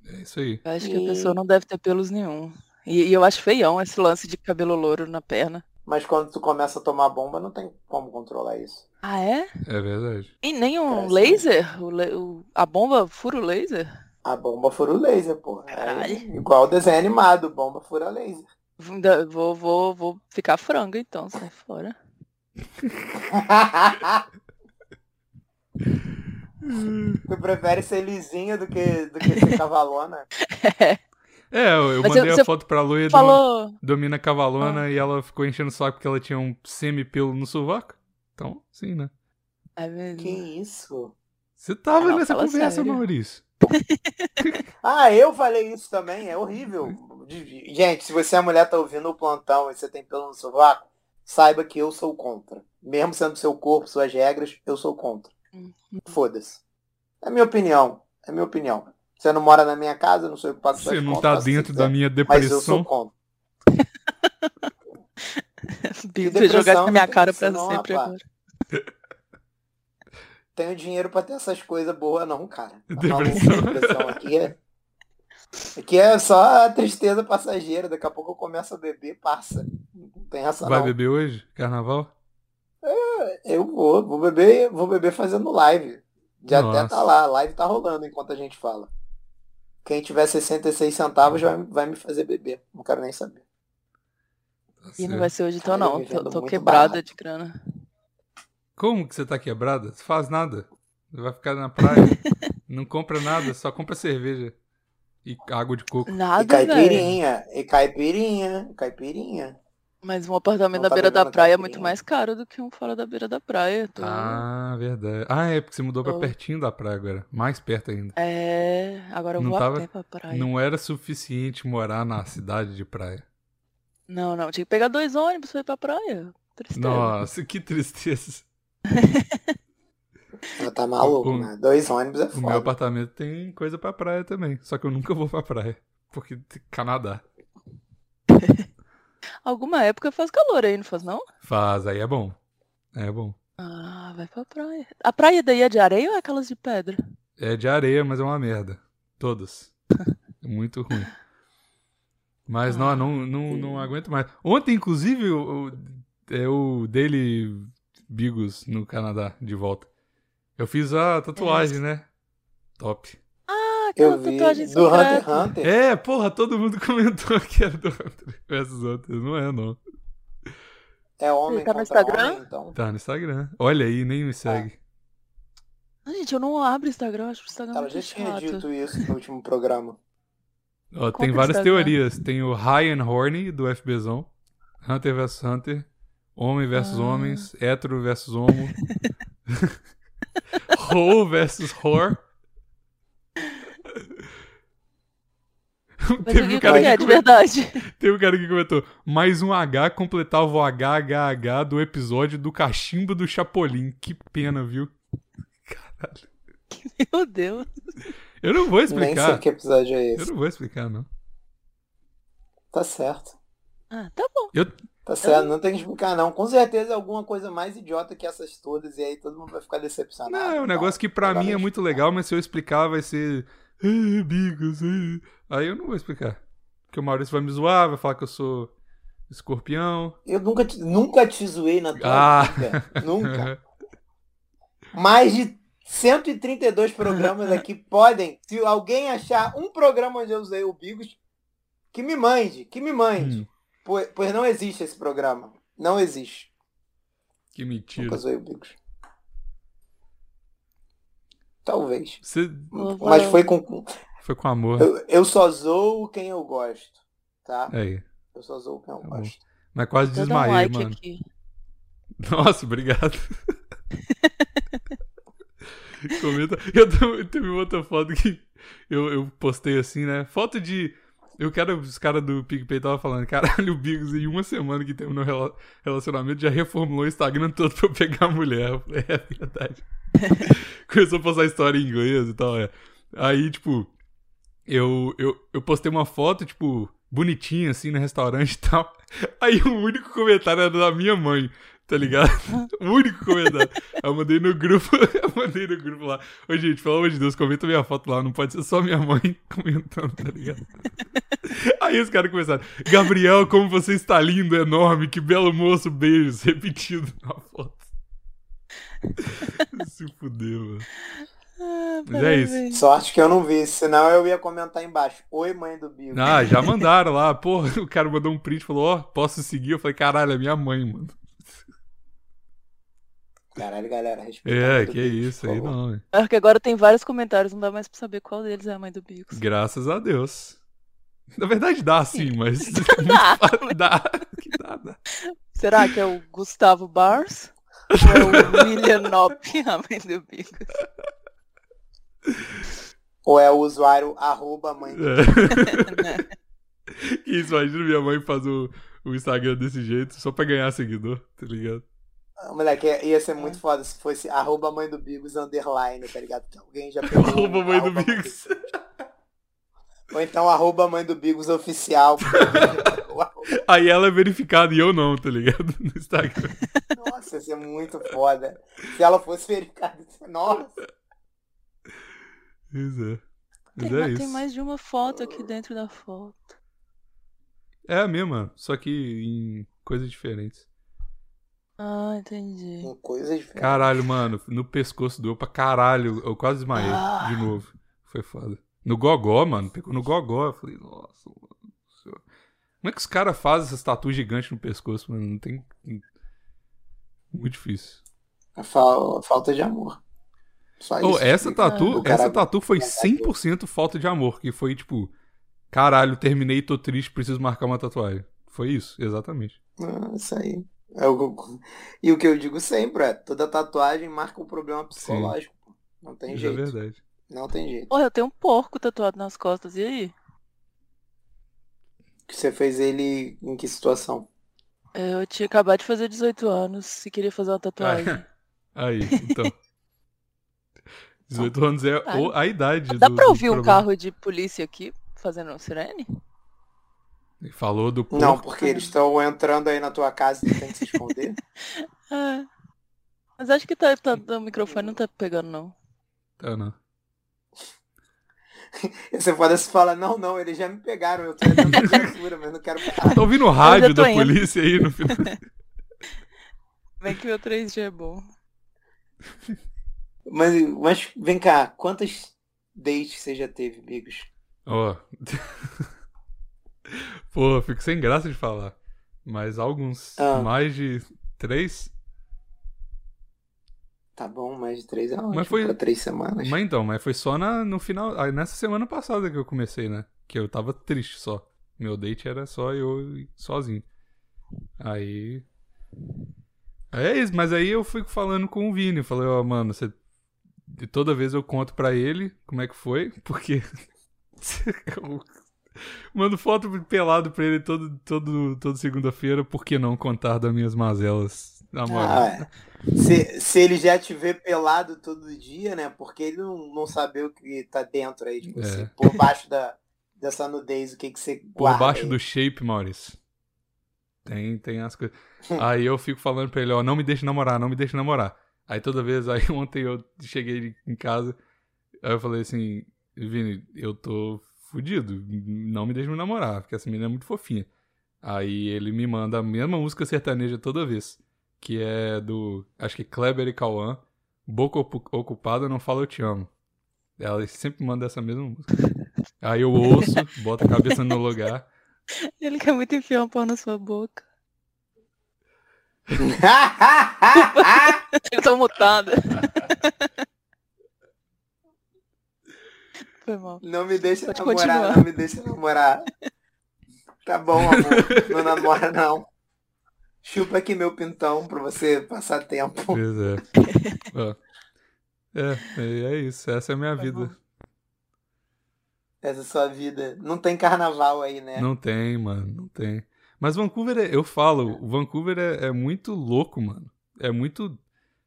Speaker 1: É isso aí.
Speaker 2: Eu acho que
Speaker 3: E-
Speaker 2: a pessoa não deve ter pelos nenhum. E, e eu acho feião esse lance de cabelo louro na perna.
Speaker 3: Mas quando tu começa a tomar bomba, não tem como controlar isso.
Speaker 2: Ah, é?
Speaker 1: É verdade.
Speaker 2: E nem um
Speaker 3: Cresce.
Speaker 2: laser? O la- o- a bomba fura o laser?
Speaker 3: A bomba fura o laser, pô. É
Speaker 2: Caralho.
Speaker 3: igual o desenho animado, bomba fura laser.
Speaker 2: Ainda Vou, vou, vou ficar franga então, sai fora.
Speaker 3: tu prefere ser lisinha do que, do que ser cavalona?
Speaker 1: É, eu, eu
Speaker 2: Mas
Speaker 1: mandei
Speaker 2: eu-
Speaker 1: a
Speaker 2: você
Speaker 1: foto pra Luia do,
Speaker 2: Falou. Ah.
Speaker 1: do Mina Cavalona e ela ficou enchendo o saco porque ela tinha um semi-pelo no sovaco. Então, sim, né?
Speaker 2: É mesmo.
Speaker 3: Que isso?
Speaker 1: Você tava
Speaker 2: Ah, não,
Speaker 1: nessa
Speaker 2: fala
Speaker 1: conversa,
Speaker 2: sério.
Speaker 1: Maurício.
Speaker 3: Ah, eu falei isso também, é horrível. De- Gente, se você é mulher, tá ouvindo o plantão e você tem pelo no sovaco, saiba que eu sou contra. Mesmo sendo seu corpo, suas regras, eu sou contra. Foda-se. É minha opinião. É minha opinião. Você não mora na minha casa, eu não sou eu que pago suas
Speaker 1: Você não
Speaker 3: contas,
Speaker 1: tá
Speaker 3: faço o que
Speaker 2: assim,
Speaker 3: você
Speaker 1: dentro da
Speaker 2: né?
Speaker 3: quiser,
Speaker 1: minha
Speaker 3: Mas eu sou
Speaker 1: depressão.
Speaker 3: contra.
Speaker 2: Bill,
Speaker 3: Que
Speaker 2: você jogar isso
Speaker 3: depressão,
Speaker 2: na minha
Speaker 3: não
Speaker 2: cara
Speaker 3: tem
Speaker 2: pra
Speaker 3: isso não,
Speaker 2: sempre
Speaker 3: rapaz.
Speaker 2: agora.
Speaker 3: tenho dinheiro pra ter essas coisas boas, não, cara. Tá
Speaker 1: Depressão.
Speaker 3: maluco? Depressão aqui é. Aqui é só a tristeza passageira. Daqui a pouco eu começo a beber, passa. Não tem essa
Speaker 1: Vai
Speaker 3: não.
Speaker 1: beber hoje? Carnaval?
Speaker 3: Eu vou, vou beber, vou beber fazendo live. Já até
Speaker 1: Nossa.
Speaker 3: tá lá, a live tá rolando enquanto a gente fala. Quem tiver 66 centavos já vai, vai me fazer beber. Não quero nem saber.
Speaker 1: Tá
Speaker 2: E não
Speaker 1: certo.
Speaker 2: vai ser hoje então
Speaker 3: Cara, eu
Speaker 2: não,
Speaker 3: vivendo
Speaker 2: tô, tô
Speaker 3: muito
Speaker 2: quebrada
Speaker 3: barato.
Speaker 2: de grana.
Speaker 1: Como que você tá quebrada? Você faz nada. Você vai ficar na praia. não compra nada, só compra cerveja. E água de coco.
Speaker 3: e
Speaker 2: Nada, velho.
Speaker 3: caipirinha, e caipirinha, caipirinha.
Speaker 2: Mas um apartamento na
Speaker 3: Não tá
Speaker 2: beira da
Speaker 3: bebendo
Speaker 2: praia é muito
Speaker 3: caipirinha.
Speaker 2: mais caro do que um fora da beira da praia. Tô...
Speaker 1: Ah, verdade. Ah, é porque você mudou pra
Speaker 2: Oh.
Speaker 1: pertinho da praia agora. Mais perto ainda.
Speaker 2: É, agora eu
Speaker 1: Não
Speaker 2: vou
Speaker 1: tava-
Speaker 2: a pé pra praia. Não,
Speaker 1: Não era suficiente morar na cidade de praia.
Speaker 2: não, tinha que pegar dois ônibus pra ir pra praia. Tristeza.
Speaker 1: Nossa, que tristeza.
Speaker 3: Ela tá maluco,
Speaker 1: O-
Speaker 3: né? Dois ônibus é
Speaker 1: O meu
Speaker 3: foda.
Speaker 1: apartamento tem coisa pra praia também. Só que eu nunca vou pra praia. Porque tem Canadá.
Speaker 2: Alguma época faz calor aí, não faz não?
Speaker 1: Faz, aí é bom. É bom.
Speaker 2: Ah, vai pra praia. A praia daí é de areia ou é aquelas de pedra?
Speaker 1: É de areia, mas é uma merda. Todas. É muito ruim. Mas não, não, não, não aguento mais. Ontem, inclusive, é, eu, eu, eu dele Bigos no Canadá de volta. Eu fiz a tatuagem, né? Top.
Speaker 2: Ah, aquela
Speaker 3: Eu vi
Speaker 2: tatuagem
Speaker 3: do Hunter x
Speaker 2: secreta.
Speaker 3: Hunter.
Speaker 1: É, porra, todo mundo comentou que era do Hunter versus Hunter. Não é, não.
Speaker 3: É homem
Speaker 2: Tá no
Speaker 3: contra
Speaker 2: Instagram?
Speaker 3: homem, então.
Speaker 1: Tá no Instagram. Olha aí, nem me segue.
Speaker 2: Ah, Gente, eu não abro Instagram, eu acho que o Instagram é
Speaker 3: Ela
Speaker 2: muito
Speaker 3: já tinha
Speaker 2: chato.
Speaker 3: dito isso no último programa.
Speaker 1: Ó,
Speaker 2: Conta
Speaker 1: tem
Speaker 2: o
Speaker 1: várias
Speaker 2: Instagram.
Speaker 1: teorias. Tem o Ryan Horny, do FBzão. Hunter vs Hunter. Homem versus
Speaker 2: Ah.
Speaker 1: homens. Hétero versus homo. Ho versus whore.
Speaker 2: Mas
Speaker 1: teve,
Speaker 2: o
Speaker 1: um
Speaker 2: que
Speaker 1: cara
Speaker 2: que é,
Speaker 1: que comentou,
Speaker 2: de verdade?
Speaker 1: teve um cara que comentou. Mais um H completava o HHH do episódio do cachimbo do Chapolin. Que pena, viu? Caralho.
Speaker 2: Meu Deus.
Speaker 1: Eu não vou
Speaker 3: Nem sei
Speaker 1: explicar.
Speaker 3: que episódio é
Speaker 1: Eu
Speaker 3: esse.
Speaker 1: não vou explicar, não.
Speaker 3: Tá certo.
Speaker 2: Ah, tá bom.
Speaker 1: Eu,
Speaker 3: Tá certo, não tem que explicar, não. Com certeza é alguma coisa mais idiota que essas todas, e aí todo mundo vai ficar decepcionado.
Speaker 1: Não, é um
Speaker 2: Tá
Speaker 3: e tal.
Speaker 1: negócio que pra
Speaker 3: Não dá
Speaker 1: mim é
Speaker 3: pra
Speaker 1: muito
Speaker 3: explicar.
Speaker 1: legal, mas se eu explicar vai ser. "Ah, Bigos, ah." Aí eu não vou explicar. Porque o Maurício vai me zoar, vai falar que eu sou escorpião.
Speaker 3: Eu nunca te, nunca te zoei na tua
Speaker 1: Ah.
Speaker 3: vida. Nunca.
Speaker 2: Então,
Speaker 3: Mais de 132 programas aqui podem. Se alguém achar um programa onde eu usei o Bigos, que me mande, que me
Speaker 2: é
Speaker 3: mande.
Speaker 1: Hum,
Speaker 3: Pois, pois não existe esse programa. Não existe.
Speaker 1: que mentira.
Speaker 3: Nunca zoei o Bigos. Talvez.
Speaker 1: Você
Speaker 3: Mas foi com.
Speaker 1: foi com amor.
Speaker 3: Eu, eu só zoo quem eu gosto. Tá?
Speaker 1: Aí.
Speaker 3: Eu só zoo quem eu
Speaker 1: Tá bom.
Speaker 3: gosto.
Speaker 1: É Mas quase
Speaker 2: Vou dar um
Speaker 1: desmaiei,
Speaker 2: like
Speaker 1: mano.
Speaker 2: aqui.
Speaker 1: Nossa, obrigado. Comenta. Eu também- teve outra foto que eu, eu postei assim, né? Foto de. Eu quero. Os caras do PicPay tava falando, caralho, o Bigos em uma semana que terminou o rela- relacionamento já reformulou o Instagram todo pra eu pegar a mulher. Eu falei, é verdade. Começou a postar história em inglês e tal, é. Aí, tipo, eu, eu, eu postei uma foto, tipo, bonitinha, assim, no restaurante e tal. Aí o único comentário era da minha mãe, tá ligado? O único comentário. Aí eu mandei no grupo, eu mandei no grupo lá. Ô, gente, pelo amor de Deus, comenta minha foto lá, não pode ser só minha mãe comentando, tá ligado? Aí os caras começaram, Gabriel, como você está lindo, enorme, que belo moço, beijos, repetido na foto. Se fudeu, mano.
Speaker 2: Ah,
Speaker 1: Mas é isso.
Speaker 2: parabéns.
Speaker 3: Sorte que eu não vi, senão eu ia comentar embaixo. Oi, mãe do Bigos.
Speaker 1: Ah, já mandaram lá. Porra, o cara mandou um print e falou, ó, posso seguir? Eu falei, caralho, é minha mãe, mano.
Speaker 3: Caralho, galera, respeita. a
Speaker 1: É,
Speaker 3: mãe do
Speaker 1: que
Speaker 3: Bigos,
Speaker 1: isso
Speaker 3: por
Speaker 1: aí,
Speaker 3: favor.
Speaker 1: não. é.
Speaker 2: É que agora tem vários comentários, não dá mais pra saber qual deles é a mãe do Bigos.
Speaker 1: Graças a Deus. Na verdade dá sim, mas
Speaker 2: Dá.
Speaker 1: dá. Que dá, dá.
Speaker 2: Será que é o Gustavo Bars? Ou é o William Ah, Nop, a mãe do Bigos?
Speaker 3: Ou é o usuário arroba mãe do
Speaker 1: É. Que isso, imagina minha mãe fazer o, o Instagram desse jeito só pra ganhar seguidor, tá ligado?
Speaker 3: Ah, Moleque, é, ia ser
Speaker 1: É.
Speaker 3: muito foda se fosse arroba mãe do Bigos underline, tá ligado? Que alguém já pegou. um
Speaker 1: Arroba mãe do
Speaker 3: arroba
Speaker 1: Bigos.
Speaker 3: Ou então arroba mãe do Bigos oficial. porque alguém já pegou o arroba.
Speaker 1: Aí ela é verificada e eu não, tá ligado? No Instagram.
Speaker 3: Nossa, ia ser muito foda. Se ela fosse verificada, nossa.
Speaker 1: Isso é. Mas
Speaker 2: Tem,
Speaker 1: é
Speaker 2: ma- tem
Speaker 1: isso.
Speaker 2: mais de uma foto aqui dentro da foto.
Speaker 1: É a mesma, só que em coisas diferentes.
Speaker 2: Ah, entendi.
Speaker 3: Tem coisas diferentes.
Speaker 1: Caralho, mano, no pescoço doeu pra caralho. Eu quase desmaiei
Speaker 2: Ah.
Speaker 1: de novo. Foi foda. No gogó, mano, pegou no gogó. Eu falei, nossa, mano. do céu. Como é que os caras fazem essas tatuas gigantes no pescoço, mano? Não tem. Muito difícil.
Speaker 3: Fal- Falta de amor. Só
Speaker 1: Oh,
Speaker 3: isso.
Speaker 1: essa
Speaker 3: explica.
Speaker 1: tatu,
Speaker 3: O cara-
Speaker 1: essa tatu foi
Speaker 3: Caralho.
Speaker 1: 100% falta de amor, que foi tipo, caralho, terminei, tô triste, preciso marcar uma tatuagem. Foi isso, exatamente.
Speaker 3: Ah, isso aí. É o que eu- E o que eu digo sempre é, toda tatuagem marca um problema psicológico. pô. Não tem
Speaker 1: isso
Speaker 3: jeito.
Speaker 1: é verdade.
Speaker 3: Não tem jeito.
Speaker 2: Olha, eu tenho um porco tatuado nas costas, e aí?
Speaker 3: Que Você fez ele em que situação?
Speaker 2: É, Eu tinha acabado de fazer 18 anos e queria fazer uma tatuagem.
Speaker 1: Aí, então. 18 anos é o- a idade.
Speaker 2: Dá
Speaker 1: do-
Speaker 2: pra
Speaker 1: do
Speaker 2: ouvir um
Speaker 1: problema.
Speaker 2: carro de polícia aqui fazendo um sirene?
Speaker 1: Ele Falou do porco.
Speaker 3: Não, porque eles estão entrando aí na tua casa e tem que se esconder.
Speaker 2: É. Mas acho que tá, tá- o microfone não tá pegando, não.
Speaker 1: Ah, não.
Speaker 3: E você pode se falar, não, não, eles já me pegaram, eu tô entrando na censura, mas não quero parar.
Speaker 1: Tá ouvindo o rádio
Speaker 2: tô
Speaker 1: da
Speaker 2: indo.
Speaker 1: polícia aí no final.
Speaker 2: Vem que meu 3G é bom.
Speaker 3: Mas, mas vem cá, quantas dates você já teve, Bigos?
Speaker 1: Ó. Pô, eu fico sem graça de falar. Mas alguns.
Speaker 3: Ah.
Speaker 1: Mais de três.
Speaker 3: Tá bom, mais de três é ótimo,
Speaker 1: Mas foi-
Speaker 3: pra três semanas.
Speaker 1: Mas então, mas foi só na, no final. aí Nessa semana passada que eu comecei, né? Que eu tava triste só. Meu date era só eu sozinho. Aí. aí É isso, mas aí eu fico falando com o Vini. Eu falei, ó, mano, você. de Toda vez eu conto pra ele como é que foi, porque. eu Mando foto pelado pra ele todo, todo, toda segunda-feira, por que não contar das minhas mazelas amorosas?
Speaker 3: Ah, é. se, se ele já te vê pelado todo dia, né? Porque ele não, não sabe o que tá dentro aí, tipo
Speaker 1: É.
Speaker 3: assim, por baixo da, dessa nudez, o que, que você
Speaker 1: Por
Speaker 3: guarda.
Speaker 1: baixo
Speaker 3: aí.
Speaker 1: do shape, Maurício. Tem, tem as coisas. Aí eu fico falando pra ele, ó, não me deixe namorar, não me deixe namorar. Aí toda vez, aí ontem eu cheguei em casa, aí eu falei assim, Vini, eu tô fudido, não me deixe me namorar, porque essa menina é muito fofinha. Aí ele me manda a mesma música sertaneja toda vez, que é do, acho que Kleber e Cauã, Boca Ocu- Ocupada Não Fala Eu Te Amo. Ela sempre manda essa mesma música. Aí eu ouço, boto a cabeça no lugar.
Speaker 2: Ele quer muito enfiar um pau na sua boca. Eu tô mutada. Foi mal.
Speaker 3: não me deixa
Speaker 2: Pode
Speaker 3: namorar,
Speaker 2: continuar.
Speaker 3: não me deixa namorar. Tá bom, amor. Não namora, não. Chupa aqui meu pintão pra você passar tempo.
Speaker 1: Pois é. Ó. É, é, é isso. Essa é a minha
Speaker 2: Tá
Speaker 1: vida.
Speaker 3: Essa é a sua vida. Não tem carnaval aí, né?
Speaker 1: Não tem, mano, não tem. Mas Vancouver, é, eu falo, o Vancouver é, é muito louco, mano. É muito.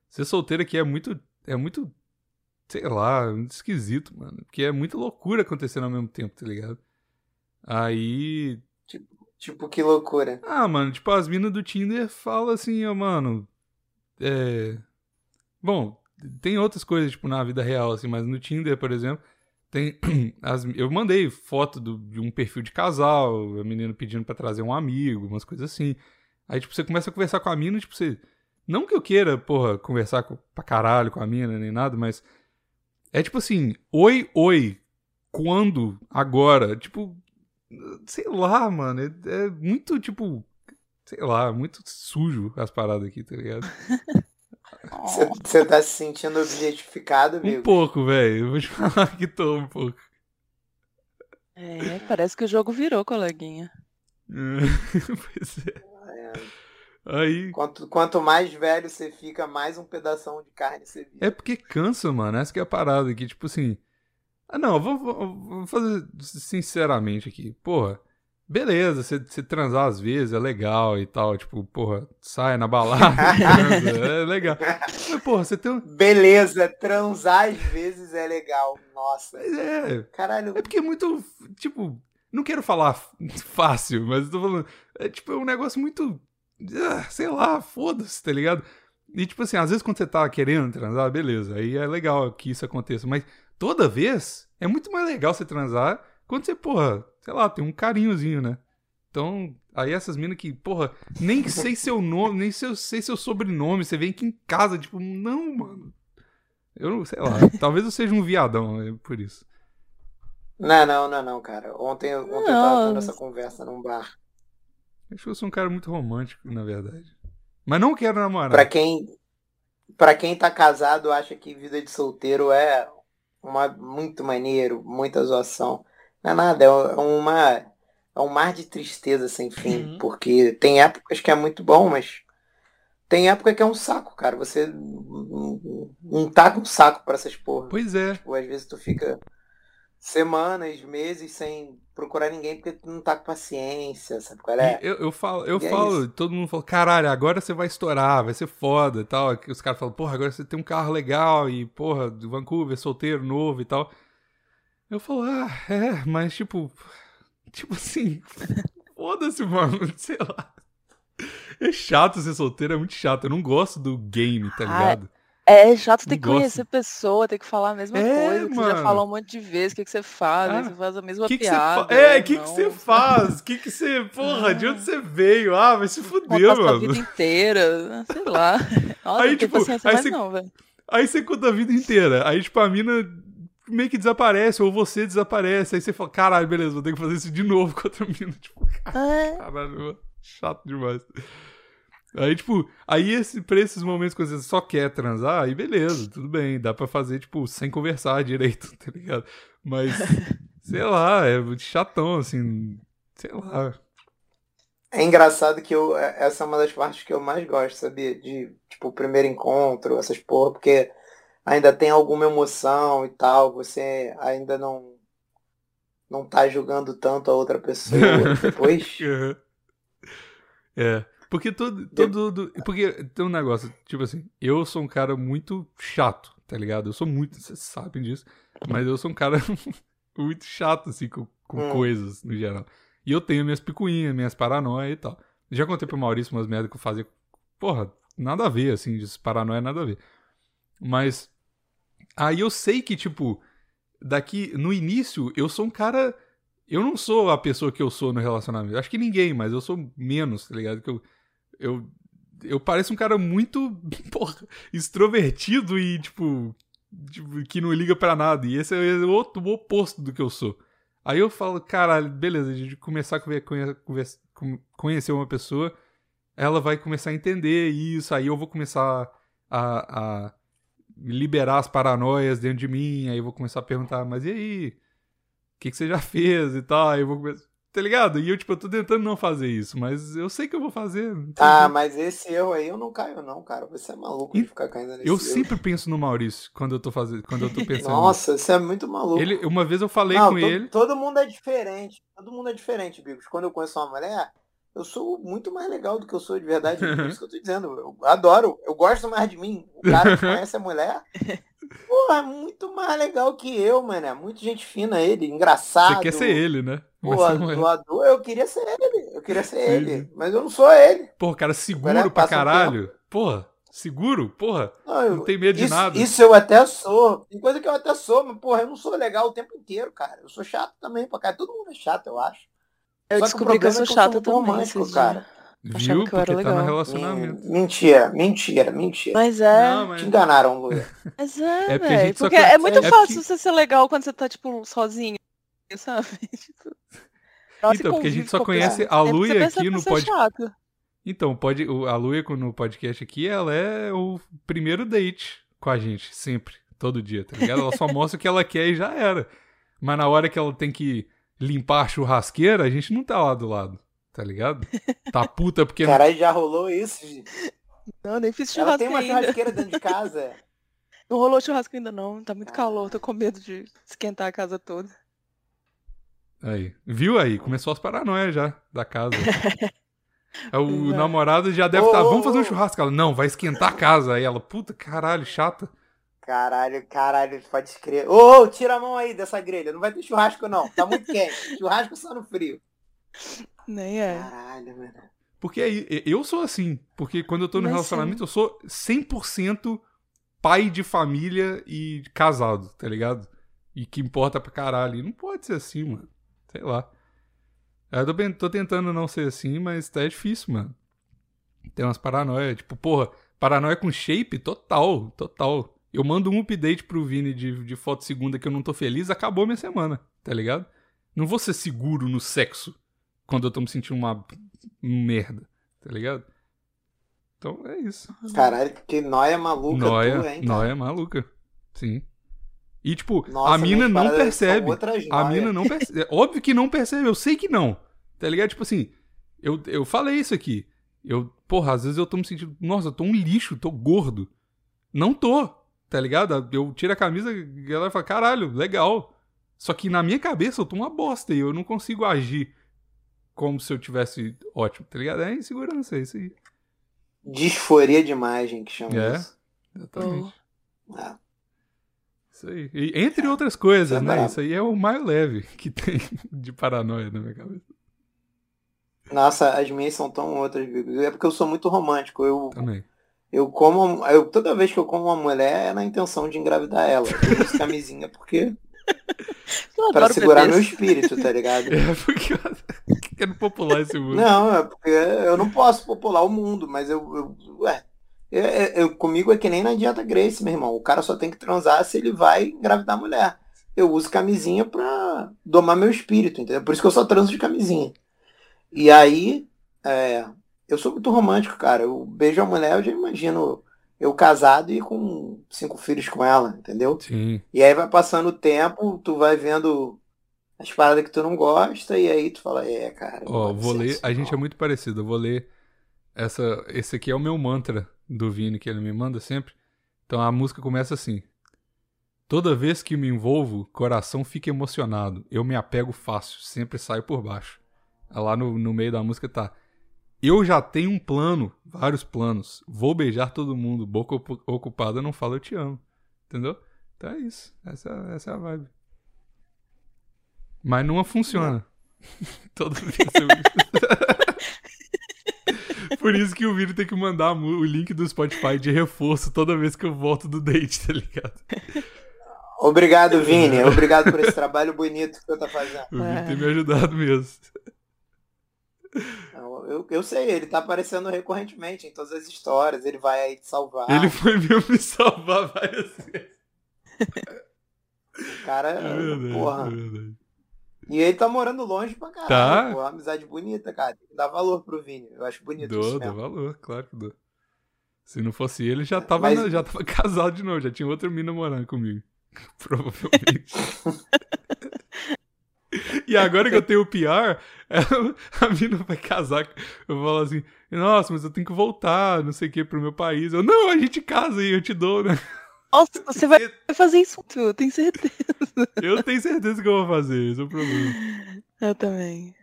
Speaker 1: Ser solteiro aqui é muito. É muito. Sei lá, muito esquisito, mano. Porque é muita loucura acontecendo ao mesmo tempo, tá ligado? Aí.
Speaker 3: Tipo, que loucura.
Speaker 1: Ah, mano, tipo, as minas do Tinder falam assim, ó, mano. É. Bom, tem outras coisas, tipo, na vida real, assim, mas no Tinder, por exemplo, tem. As, eu mandei foto do- de um perfil de casal, a menina pedindo pra trazer um amigo, umas coisas assim. Aí, tipo, você começa a conversar com a mina, tipo, você. Não que eu queira, porra, conversar com, pra caralho com a mina nem nada, mas. É tipo assim, oi, oi, quando, agora. Tipo, sei lá, mano. É, é muito, tipo. Sei lá, muito sujo as paradas aqui, tá ligado?
Speaker 3: Você tá se sentindo objetificado,
Speaker 1: Um
Speaker 3: amigo?
Speaker 1: pouco, velho. Eu vou te falar que tô um pouco.
Speaker 2: É, parece que o jogo virou, coleguinha.
Speaker 1: pois é. Aí.
Speaker 3: Quanto, quanto mais velho você fica, mais um pedação de carne você vira.
Speaker 1: É porque cansa, mano. Essa que é a parada aqui, tipo assim. Ah, não, vou, vou- vou fazer sinceramente aqui. Porra, beleza, você você transar às vezes é legal e tal. Tipo, porra, sai na balada, transa, é legal. Mas, porra, você tem um.
Speaker 3: Beleza, transar às vezes é legal. Nossa.
Speaker 1: Mas é,
Speaker 3: Caralho,
Speaker 1: É porque é muito, tipo, não quero falar f- fácil, mas eu tô falando, é tipo, é um negócio muito, ah, sei lá, foda-se, tá ligado? E tipo assim, às vezes quando você tá querendo transar, beleza, aí é legal que isso aconteça, mas toda vez é muito mais legal você transar quando você, porra, sei lá, tem um carinhozinho, né? Então, aí essas minas que, porra, nem que sei seu nome, nem seu, sei seu sobrenome, você vem aqui em casa, tipo, não, mano. Eu não, sei lá, talvez eu seja um viadão, é por isso.
Speaker 3: Não, não, não, não, cara. Ontem, eu- ontem eu
Speaker 2: Não,
Speaker 3: tava tendo
Speaker 2: mas-
Speaker 3: essa conversa num bar.
Speaker 1: Acho que eu sou um cara muito romântico, na verdade. Mas não quero namorar.
Speaker 3: Pra quem, pra quem tá casado, acha que vida de solteiro é uma, muito maneiro, muita zoação. Não é nada, é uma, é um mar de tristeza sem fim.
Speaker 2: Uhum.
Speaker 3: Porque tem épocas que é muito bom, mas tem época que é um saco, cara. Você não- não não tá com saco pra essas porra.
Speaker 1: Pois é.
Speaker 3: Ou às vezes tu fica semanas, meses sem procurar ninguém porque tu não tá com paciência, sabe qual é?
Speaker 1: E Eu, eu falo, eu
Speaker 3: E é
Speaker 1: falo
Speaker 3: isso.
Speaker 1: todo mundo fala, caralho, agora você vai estourar, vai ser foda e tal. Que Os caras falam, porra, agora você tem um carro legal e, porra, do Vancouver, solteiro, novo e tal. Eu falo, ah, é, mas tipo. Tipo assim, foda-se, mano, sei lá. É chato ser solteiro, é muito chato. Eu não gosto do game, tá
Speaker 2: Ah,
Speaker 1: ligado?
Speaker 2: É chato ter
Speaker 1: Não
Speaker 2: que
Speaker 1: gosto.
Speaker 2: conhecer pessoa, ter que falar a mesma
Speaker 1: É,
Speaker 2: coisa, que você
Speaker 1: mano.
Speaker 2: já falou um monte de vezes, o que, que você faz,
Speaker 1: Ah,
Speaker 2: aí você faz a mesma
Speaker 1: que que você
Speaker 2: piada.
Speaker 1: fa- É,
Speaker 2: ou
Speaker 1: o que, que
Speaker 2: não,
Speaker 1: você
Speaker 2: sabe?
Speaker 1: faz? O que, que você. Porra, de onde você veio? Ah, vai se
Speaker 2: Contar
Speaker 1: fuder,
Speaker 2: sua
Speaker 1: mano.
Speaker 2: vida inteira, sei lá. Nossa,
Speaker 1: Aí,
Speaker 2: não tem
Speaker 1: tipo,
Speaker 2: paciência
Speaker 1: aí
Speaker 2: mais
Speaker 1: você-
Speaker 2: não, velho.
Speaker 1: Aí você conta a vida inteira. Aí, tipo, a mina meio que desaparece, ou você desaparece. Aí você fala, caralho, beleza, vou ter que fazer isso de novo com outra mina. Tipo,
Speaker 2: É,
Speaker 1: caralho, mano, chato demais. Aí, tipo, aí esse, pra esses momentos que você só quer transar, aí beleza, tudo bem. Dá pra fazer, tipo, sem conversar direito, tá ligado? Mas, sei lá, é muito chatão, assim. Sei lá.
Speaker 3: É engraçado que eu, é- essa é uma das partes que eu mais gosto, sabia? De, tipo, o primeiro encontro, essas porra, porque ainda tem alguma emoção e tal, você ainda não não tá julgando tanto a outra pessoa. Depois,
Speaker 1: Aham. É. Porque todo, todo, do- Porque tem um negócio, tipo assim, eu sou um cara muito chato, tá ligado? Eu sou muito, vocês sabem disso, mas eu sou um cara muito chato, assim, com, com
Speaker 3: Hum.
Speaker 1: coisas no geral. E eu tenho minhas picuinhas, minhas paranoias e tal. Já contei pro Maurício umas merdas que eu fazia. Porra, nada a ver, assim, de paranoia, nada a ver. Mas. Aí eu sei que, tipo, daqui. No início, eu sou um cara. Eu não sou a pessoa que eu sou no relacionamento. Acho que ninguém, mas eu sou menos, tá ligado? Que eu. Eu, eu pareço um cara muito. Porra, extrovertido e, tipo. tipo, que não liga para nada. E esse é o outro- o oposto do que eu sou. Aí eu falo, caralho, beleza, de começar a conver- conhe- convers- com- conhecer uma pessoa, ela vai começar a entender isso, aí eu vou começar a, a liberar as paranoias dentro de mim, aí eu vou começar a perguntar, mas e aí? O que, que você já fez e tal? Aí eu vou começar. Tá ligado? E eu, tipo, eu tô tentando não fazer isso, mas eu sei que eu vou fazer. não tem
Speaker 3: Ah,
Speaker 1: jeito.
Speaker 3: mas esse erro aí eu não caio, não, cara. Você é maluco
Speaker 1: Ih,
Speaker 3: de ficar caindo nesse
Speaker 1: eu
Speaker 3: erro.
Speaker 1: sempre penso no Maurício quando eu tô fazendo. Quando eu tô pensando.
Speaker 3: Nossa, você é muito maluco.
Speaker 1: Ele, uma vez eu falei
Speaker 3: Não,
Speaker 1: com
Speaker 3: to-
Speaker 1: ele.
Speaker 3: Todo mundo é diferente. Todo mundo é diferente, Bigos. Quando eu conheço uma mulher, eu sou muito mais legal do que eu sou de verdade. É isso que eu tô dizendo. Eu adoro. Eu gosto mais de mim. O cara que conhece a mulher, porra, é muito mais legal que eu, mano. É muito gente fina ele, engraçado.
Speaker 1: Você quer ser ele, né?
Speaker 3: Pô,
Speaker 1: Mas você não é.
Speaker 3: doador, eu queria ser ele. Eu queria ser
Speaker 1: Sim,
Speaker 3: ele. Mas eu não sou ele.
Speaker 1: Porra, cara, seguro
Speaker 3: Agora
Speaker 1: pra
Speaker 3: passa um
Speaker 1: caralho. Porra, seguro? Porra,
Speaker 3: Não, eu-
Speaker 1: não tem medo de
Speaker 3: isso,
Speaker 1: nada.
Speaker 3: isso eu até sou. Tem coisa que eu até sou, mas, porra, eu não sou legal o tempo inteiro, cara. Eu sou chato também, pra cara. Todo mundo é chato, eu acho.
Speaker 2: Eu
Speaker 3: Só que o
Speaker 2: descobri que eu sou
Speaker 3: problema é que eu sou
Speaker 2: chata
Speaker 3: muito
Speaker 2: também.
Speaker 3: romântico,
Speaker 2: esses
Speaker 3: cara.
Speaker 2: dias. achava
Speaker 1: Viu?
Speaker 2: que eu era
Speaker 1: Porque tá no
Speaker 2: legal.
Speaker 1: relacionamento.
Speaker 3: Mentira, mentira, mentira.
Speaker 2: Mas é.
Speaker 1: Não, mas...
Speaker 3: Te enganaram, Luia.
Speaker 2: Mas é,
Speaker 1: É porque a
Speaker 2: velho.
Speaker 1: gente só
Speaker 2: Porque
Speaker 1: quer-
Speaker 2: é muito
Speaker 1: é
Speaker 2: fácil
Speaker 1: porque-
Speaker 2: você ser legal quando você tá, tipo, sozinho, sabe? Tipo, nossa,
Speaker 1: Então,
Speaker 2: e
Speaker 1: porque a gente
Speaker 2: convive
Speaker 1: só
Speaker 2: com
Speaker 1: conhece
Speaker 2: pessoas,
Speaker 1: a
Speaker 2: né?
Speaker 1: Luia
Speaker 2: Você pensa
Speaker 1: aqui
Speaker 2: que
Speaker 1: no
Speaker 2: você é
Speaker 1: pod-
Speaker 2: chato.
Speaker 1: Então, pode, o- a Luia no podcast aqui, ela é o primeiro date com a gente, sempre, todo dia, tá ligado? Ela só mostra o que ela quer e já era. Mas na hora que ela tem que limpar a churrasqueira, a gente não tá lá do lado, tá ligado? Tá puta porque não
Speaker 3: Caralho, já rolou isso, gente.
Speaker 2: Não, nem fiz churrasco
Speaker 3: Ela tem uma
Speaker 2: ainda.
Speaker 3: churrasqueira dentro de casa.
Speaker 2: Não rolou churrasco ainda, não. Tá muito
Speaker 3: Ah.
Speaker 2: calor, tô com medo de esquentar a casa toda.
Speaker 1: Aí. Viu aí? Começou as paranoias já da casa. Aí o
Speaker 2: Pois é.
Speaker 1: namorado já deve
Speaker 3: Ô,
Speaker 1: estar.
Speaker 3: ô,
Speaker 1: Vamos fazer um
Speaker 3: ô.
Speaker 1: churrasco. Ela, não, vai esquentar a casa. Aí ela, puta caralho, chata.
Speaker 3: Caralho, caralho, pode escrever. Ô, ô, tira a mão aí dessa grelha. Não vai ter churrasco, não. Tá muito quente. Churrasco só no frio.
Speaker 2: Nem é.
Speaker 3: Caralho, mano.
Speaker 1: Porque aí, e- eu sou assim. Porque quando eu tô no
Speaker 2: Mas
Speaker 1: relacionamento, eu sou 100% pai de família e casado, tá ligado? E que importa pra caralho. E não pode ser assim, mano. Sei lá. Eu tô, ben- tô tentando não ser assim, mas tá é difícil, mano. Tem umas paranoia. Tipo, porra, paranoia com shape total, total. Eu mando um update pro Vini de, de foto segunda que eu não tô feliz, acabou minha semana, tá ligado? Não vou ser seguro no sexo quando eu tô me sentindo uma merda, tá ligado? Então é isso.
Speaker 3: Caralho, que noia maluca
Speaker 1: Noia,
Speaker 3: tu, é, hein? cara.
Speaker 1: noia maluca. Sim. E tipo,
Speaker 3: Nossa, é
Speaker 1: a mina
Speaker 3: minhas
Speaker 1: não
Speaker 3: paradas
Speaker 1: percebe.
Speaker 3: são outras
Speaker 1: A
Speaker 3: noias.
Speaker 1: mina não percebe. Óbvio que não percebe, eu sei que não. Tá ligado? Tipo assim, eu, eu falei isso aqui. Eu, porra, às vezes eu tô me sentindo. Nossa, eu tô um lixo, tô gordo. Não tô, tá ligado? Eu tiro a camisa e a galera fala, caralho, legal. Só que na minha cabeça eu tô uma bosta e eu não consigo agir como se eu tivesse ótimo, tá ligado? É insegurança, é isso aí.
Speaker 3: Disforia de imagem que chama
Speaker 1: É.
Speaker 3: isso.
Speaker 1: Exatamente.
Speaker 3: Ah.
Speaker 1: Isso aí. E entre outras coisas,
Speaker 3: Isso é
Speaker 1: né?
Speaker 3: brabo.
Speaker 1: Isso aí é o mais leve que tem de paranoia na minha cabeça.
Speaker 3: Nossa, as minhas são tão outras, Bigos. É porque eu sou muito romântico. Eu,
Speaker 1: Também.
Speaker 3: eu como. Eu, toda vez que eu como uma mulher é na intenção de engravidar ela. Eu uso camisinha porque.
Speaker 2: Eu
Speaker 3: pra
Speaker 2: adoro
Speaker 3: segurar
Speaker 2: bebês.
Speaker 3: meu espírito, tá ligado?
Speaker 1: É porque eu quero popular esse mundo.
Speaker 3: Não, é porque eu não posso popular o mundo, mas eu. eu ué, eu- eu- comigo é que nem na dieta Grace, meu irmão. O cara só tem que transar se ele vai engravidar a mulher. Eu uso camisinha pra domar meu espírito, entendeu? Por isso que eu só transo de camisinha. E aí, é, eu sou muito romântico, cara. Eu beijo a mulher, eu já imagino eu casado e com cinco filhos com ela, entendeu?
Speaker 1: Sim.
Speaker 3: E aí vai passando o tempo, tu vai vendo as paradas que tu não gosta, e aí tu fala, é, cara. não
Speaker 1: Ó,
Speaker 3: pode
Speaker 1: vou
Speaker 3: ser
Speaker 1: ler.
Speaker 3: isso,
Speaker 1: A gente é
Speaker 3: não."
Speaker 1: muito parecido. Eu vou ler. Essa, esse aqui é o meu mantra do Vini, que ele me manda sempre. Então a música começa assim: Toda vez que me envolvo, coração fica emocionado. Eu me apego fácil, sempre saio por baixo. Aí Lá no, no meio da música tá. Eu já tenho um plano, vários planos. Vou beijar todo mundo. Boca ocu- ocupada não fala eu te amo. Entendeu? Então é isso. Essa, essa é a vibe. Mas não funciona. Todo dia eu... Por isso que o vídeo tem que mandar o link do Spotify de reforço toda vez que eu volto do date, tá ligado?
Speaker 3: Obrigado, Vini. Obrigado por esse trabalho bonito que você tá fazendo.
Speaker 1: O Vini tem me ajudado mesmo.
Speaker 3: Não, Eu, eu sei, ele tá aparecendo recorrentemente em todas as histórias. Ele vai aí te salvar.
Speaker 1: Ele foi mesmo me salvar várias vezes.
Speaker 3: O cara,
Speaker 1: É verdade, é
Speaker 3: porra.
Speaker 1: verdade.
Speaker 3: E ele tá morando longe pra caralho.
Speaker 1: Tá.
Speaker 3: Pô, amizade bonita, cara. Tem que dar valor pro Vini. Eu acho bonito isso
Speaker 1: Dou, dou
Speaker 3: mesmo.
Speaker 1: valor, claro que dou. Se não fosse ele, já tava,
Speaker 3: Mas-
Speaker 1: na- já tava casado de novo, já tinha outra mina morando comigo. Provavelmente. e agora que eu tenho o PR, ela- a mina vai casar. Eu falo assim, nossa, mas eu tenho que voltar, não sei o que, pro meu país. Eu, não, a gente casa e eu te dou, né?
Speaker 2: Nossa, você vai fazer isso tudo, eu tenho certeza.
Speaker 1: Eu tenho certeza que eu vou fazer, esse é o problema.
Speaker 2: Eu também.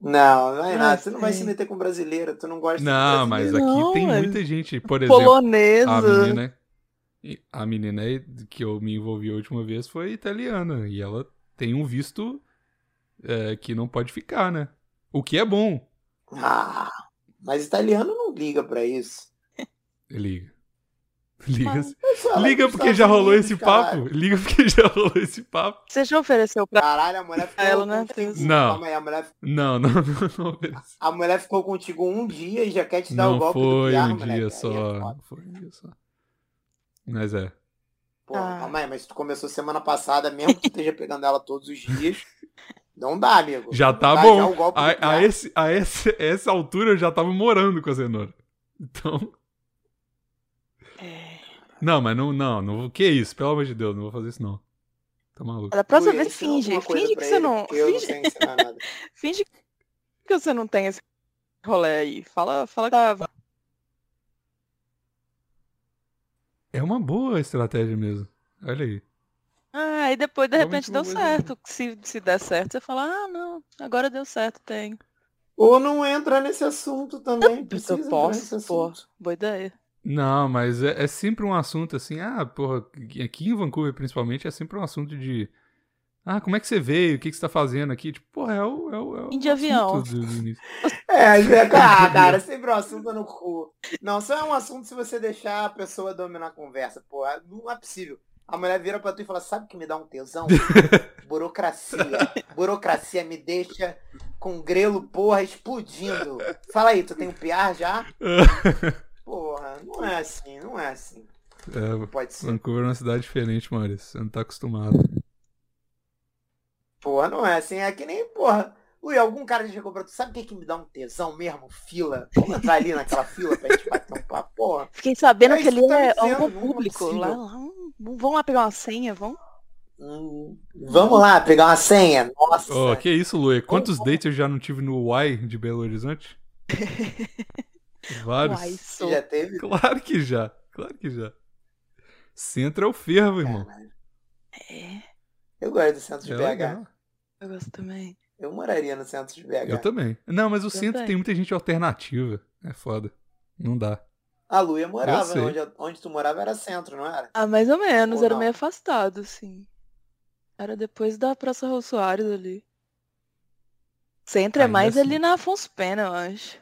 Speaker 3: Não, não é
Speaker 2: Ah,
Speaker 3: nada. Você não vai
Speaker 2: sei.
Speaker 3: se meter com brasileira. Tu não gosta
Speaker 1: Não,
Speaker 3: de
Speaker 1: mas
Speaker 3: brasileiro.
Speaker 1: aqui
Speaker 2: Não,
Speaker 1: tem
Speaker 2: mas-
Speaker 1: muita gente, por exemplo. A
Speaker 2: Polonesa.
Speaker 1: menina, a menina que eu me envolvi a última vez foi italiana e ela tem um visto é, que não pode ficar, né? O que é bom.
Speaker 3: Ah, mas italiano não liga pra isso.
Speaker 1: Liga. Liga,
Speaker 2: Mas-
Speaker 3: Pessoal,
Speaker 1: liga
Speaker 3: nos
Speaker 1: porque
Speaker 3: Estados
Speaker 1: já rolou
Speaker 3: Unidos,
Speaker 1: esse
Speaker 3: caralho.
Speaker 1: papo. Liga porque já rolou esse papo.
Speaker 2: Você já ofereceu pra
Speaker 3: Caralho, a mulher ficou
Speaker 2: Ela, né?
Speaker 3: contigo.
Speaker 1: Não.
Speaker 3: Calma aí, a mulher,
Speaker 1: Não, não, não, não. oferece.
Speaker 3: a mulher ficou contigo um dia e já quer te dar o
Speaker 1: Não
Speaker 3: golpe do
Speaker 1: foi
Speaker 3: piar,
Speaker 1: um
Speaker 3: moleque. Aí
Speaker 1: dia
Speaker 3: é
Speaker 1: só.
Speaker 3: foda.
Speaker 1: Não foi um dia só. Mas é.
Speaker 3: Pô,
Speaker 2: Ah.
Speaker 3: calma aí, mas tu começou semana passada, mesmo que tu esteja pegando ela todos os dias. Não dá, amigo.
Speaker 1: Já
Speaker 3: Não
Speaker 1: tá
Speaker 3: dá,
Speaker 1: bom.
Speaker 3: já é o golpe do
Speaker 1: A, a
Speaker 3: piar.
Speaker 1: esse, a esse, essa altura eu já tava morando com a cenoura. Então.
Speaker 2: É.
Speaker 1: Não, mas não, não, não, vou- que isso, pelo amor de Deus, não vou fazer isso não. Tá maluco.
Speaker 2: Da próxima
Speaker 3: Luiz,
Speaker 2: vez
Speaker 3: ensina alguma
Speaker 2: finge.
Speaker 3: é coisa
Speaker 2: Finge que
Speaker 3: pra
Speaker 2: você
Speaker 3: ele,
Speaker 2: não.
Speaker 3: porque Eu não
Speaker 2: Finge,
Speaker 3: sei ensinar nada.
Speaker 2: finge que você não tem esse rolê aí. Fala, fala que tá.
Speaker 1: É uma boa estratégia mesmo. Olha aí.
Speaker 2: Ah, e depois de
Speaker 1: Realmente
Speaker 2: repente deu
Speaker 1: uma boa
Speaker 2: certo. Se, se der certo, você fala, ah, não, agora deu certo, tem.
Speaker 3: Ou não entra nesse assunto também. Precisa
Speaker 2: Eu
Speaker 3: entrar nesse
Speaker 2: posso, pô.
Speaker 3: assunto.
Speaker 2: Boa ideia.
Speaker 1: Não, mas é, é sempre um assunto assim, ah, porra, aqui em Vancouver principalmente é sempre um assunto de. Ah, como é que você veio? O que, que você tá fazendo aqui? Tipo, porra, é o. É o, é o
Speaker 2: Em de avião.
Speaker 1: assunto do início.
Speaker 3: É, Zeca, ah, cara, sempre um assunto no cu. Não, só é um assunto se você deixar a pessoa dominar a conversa, pô. Não é possível. A mulher vira pra tu e fala, sabe o que me dá um tesão? Burocracia. Burocracia me deixa com grelo, porra, explodindo. Fala aí, tu tem um piar já? Porra, não é assim, não é assim.
Speaker 1: É,
Speaker 3: Pode ser.
Speaker 1: Vancouver é uma cidade diferente, Maurício. Você não tá acostumado.
Speaker 3: Porra, não é assim. É que nem, porra. Ui, algum cara chegou pra tu, sabe o que, que me dá um tesão mesmo? Fila. Vamos entrar ali naquela fila pra gente bater um papo, porra.
Speaker 2: Fiquei sabendo
Speaker 3: É
Speaker 2: que
Speaker 3: isso
Speaker 2: ele
Speaker 3: que tá me
Speaker 2: é
Speaker 3: dizendo,
Speaker 2: algo
Speaker 3: não é
Speaker 2: público. Lá,
Speaker 3: possível.
Speaker 2: lá, hum, vamos lá pegar uma senha, vamos.
Speaker 3: Hum, Vamos lá, pegar uma senha. Nossa.
Speaker 1: Ó, que isso, Luê? Quantos dates eu já não tive no Y de Belo Horizonte? Vários.
Speaker 2: Uai,
Speaker 3: Você
Speaker 2: sou.
Speaker 1: é
Speaker 3: já teve?
Speaker 1: Claro que já, claro que já. Centro é o fervo, irmão.
Speaker 2: É,
Speaker 3: Eu gosto do centro de
Speaker 1: É
Speaker 3: BH.
Speaker 1: legal.
Speaker 2: eu gosto também.
Speaker 3: Eu moraria no centro de BH.
Speaker 1: Eu também. Não, mas o centro
Speaker 2: Também.
Speaker 1: tem muita gente alternativa. É foda. Não dá.
Speaker 3: A Luia morava.
Speaker 1: sei.
Speaker 3: Onde, onde tu morava era centro, não era?
Speaker 2: Ah, mais ou menos,
Speaker 3: Ou
Speaker 2: era
Speaker 3: não?
Speaker 2: meio afastado, assim. Era depois da Praça Rô Soares ali. Você entra
Speaker 1: Ainda
Speaker 2: mais
Speaker 1: assim.
Speaker 2: ali na Afonso Pena, eu acho.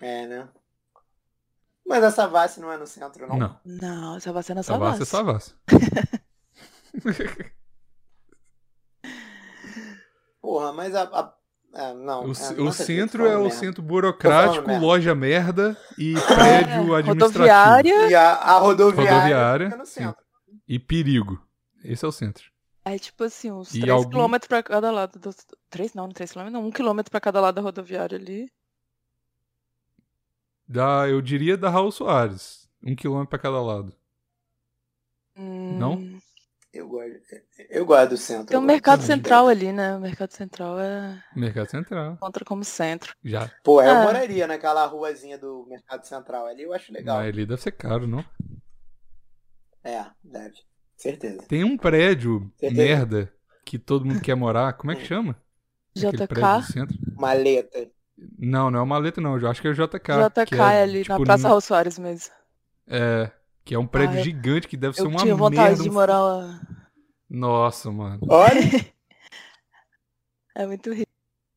Speaker 3: É, né? Mas a Savassi não é no centro, não.
Speaker 1: Não.
Speaker 2: Não, essa vacina é
Speaker 1: Savassi é
Speaker 2: Savassi.
Speaker 1: Savassi.
Speaker 3: Porra, mas a. a- é, não.
Speaker 1: O,
Speaker 3: é,
Speaker 1: ce- o
Speaker 3: nossa, gente,
Speaker 1: centro
Speaker 3: tô
Speaker 1: é o
Speaker 3: falando merda.
Speaker 1: centro
Speaker 3: Tô
Speaker 1: burocrático,
Speaker 3: falando merda.
Speaker 1: loja merda e prédio administrativo.
Speaker 2: É, Rodoviária.
Speaker 3: E a, a rodoviária.
Speaker 1: Rodoviária,
Speaker 3: fica no
Speaker 1: sim.
Speaker 3: centro.
Speaker 1: E perigo. Esse é o centro.
Speaker 2: É tipo assim, uns
Speaker 1: E
Speaker 2: 3
Speaker 1: algum-
Speaker 2: quilômetros pra cada lado. Do... 3 não, não 3 quilômetros, não. 1 quilômetro pra cada lado da rodoviária ali.
Speaker 1: Da, eu diria da Raul Soares. Um quilômetro pra cada lado. Não?
Speaker 2: Hum,
Speaker 3: Eu gosto, eu gosto do centro.
Speaker 2: Tem
Speaker 3: eu
Speaker 2: o
Speaker 3: gosto
Speaker 2: Mercado
Speaker 3: do centro de
Speaker 2: Central
Speaker 3: BH.
Speaker 2: ali, né? O Mercado Central é
Speaker 1: Mercado Central.
Speaker 2: contra como centro.
Speaker 1: Já.
Speaker 3: Pô, eu
Speaker 2: Ah.
Speaker 3: moraria naquela ruazinha do Mercado Central ali, eu acho legal.
Speaker 1: Mas ali deve ser caro, não?
Speaker 3: É, deve. Certeza.
Speaker 1: Tem um prédio
Speaker 3: Certeza.
Speaker 1: merda que todo mundo quer morar. Como é que chama? Aquele prédio do
Speaker 2: JK.
Speaker 1: centro.
Speaker 3: Maleta.
Speaker 1: Não, não é uma letra, não. Eu acho que é o JK. que
Speaker 2: JK é
Speaker 1: é,
Speaker 2: ali
Speaker 1: tipo,
Speaker 2: na Praça
Speaker 1: num-
Speaker 2: Raul Soares mesmo.
Speaker 1: É, que é um prédio
Speaker 2: Ah,
Speaker 1: gigante que deve ser
Speaker 2: Eu
Speaker 1: uma
Speaker 2: tinha vontade
Speaker 1: merda.
Speaker 2: de
Speaker 1: um-
Speaker 2: morar lá.
Speaker 1: Nossa, mano.
Speaker 3: Olha,
Speaker 2: É muito rico.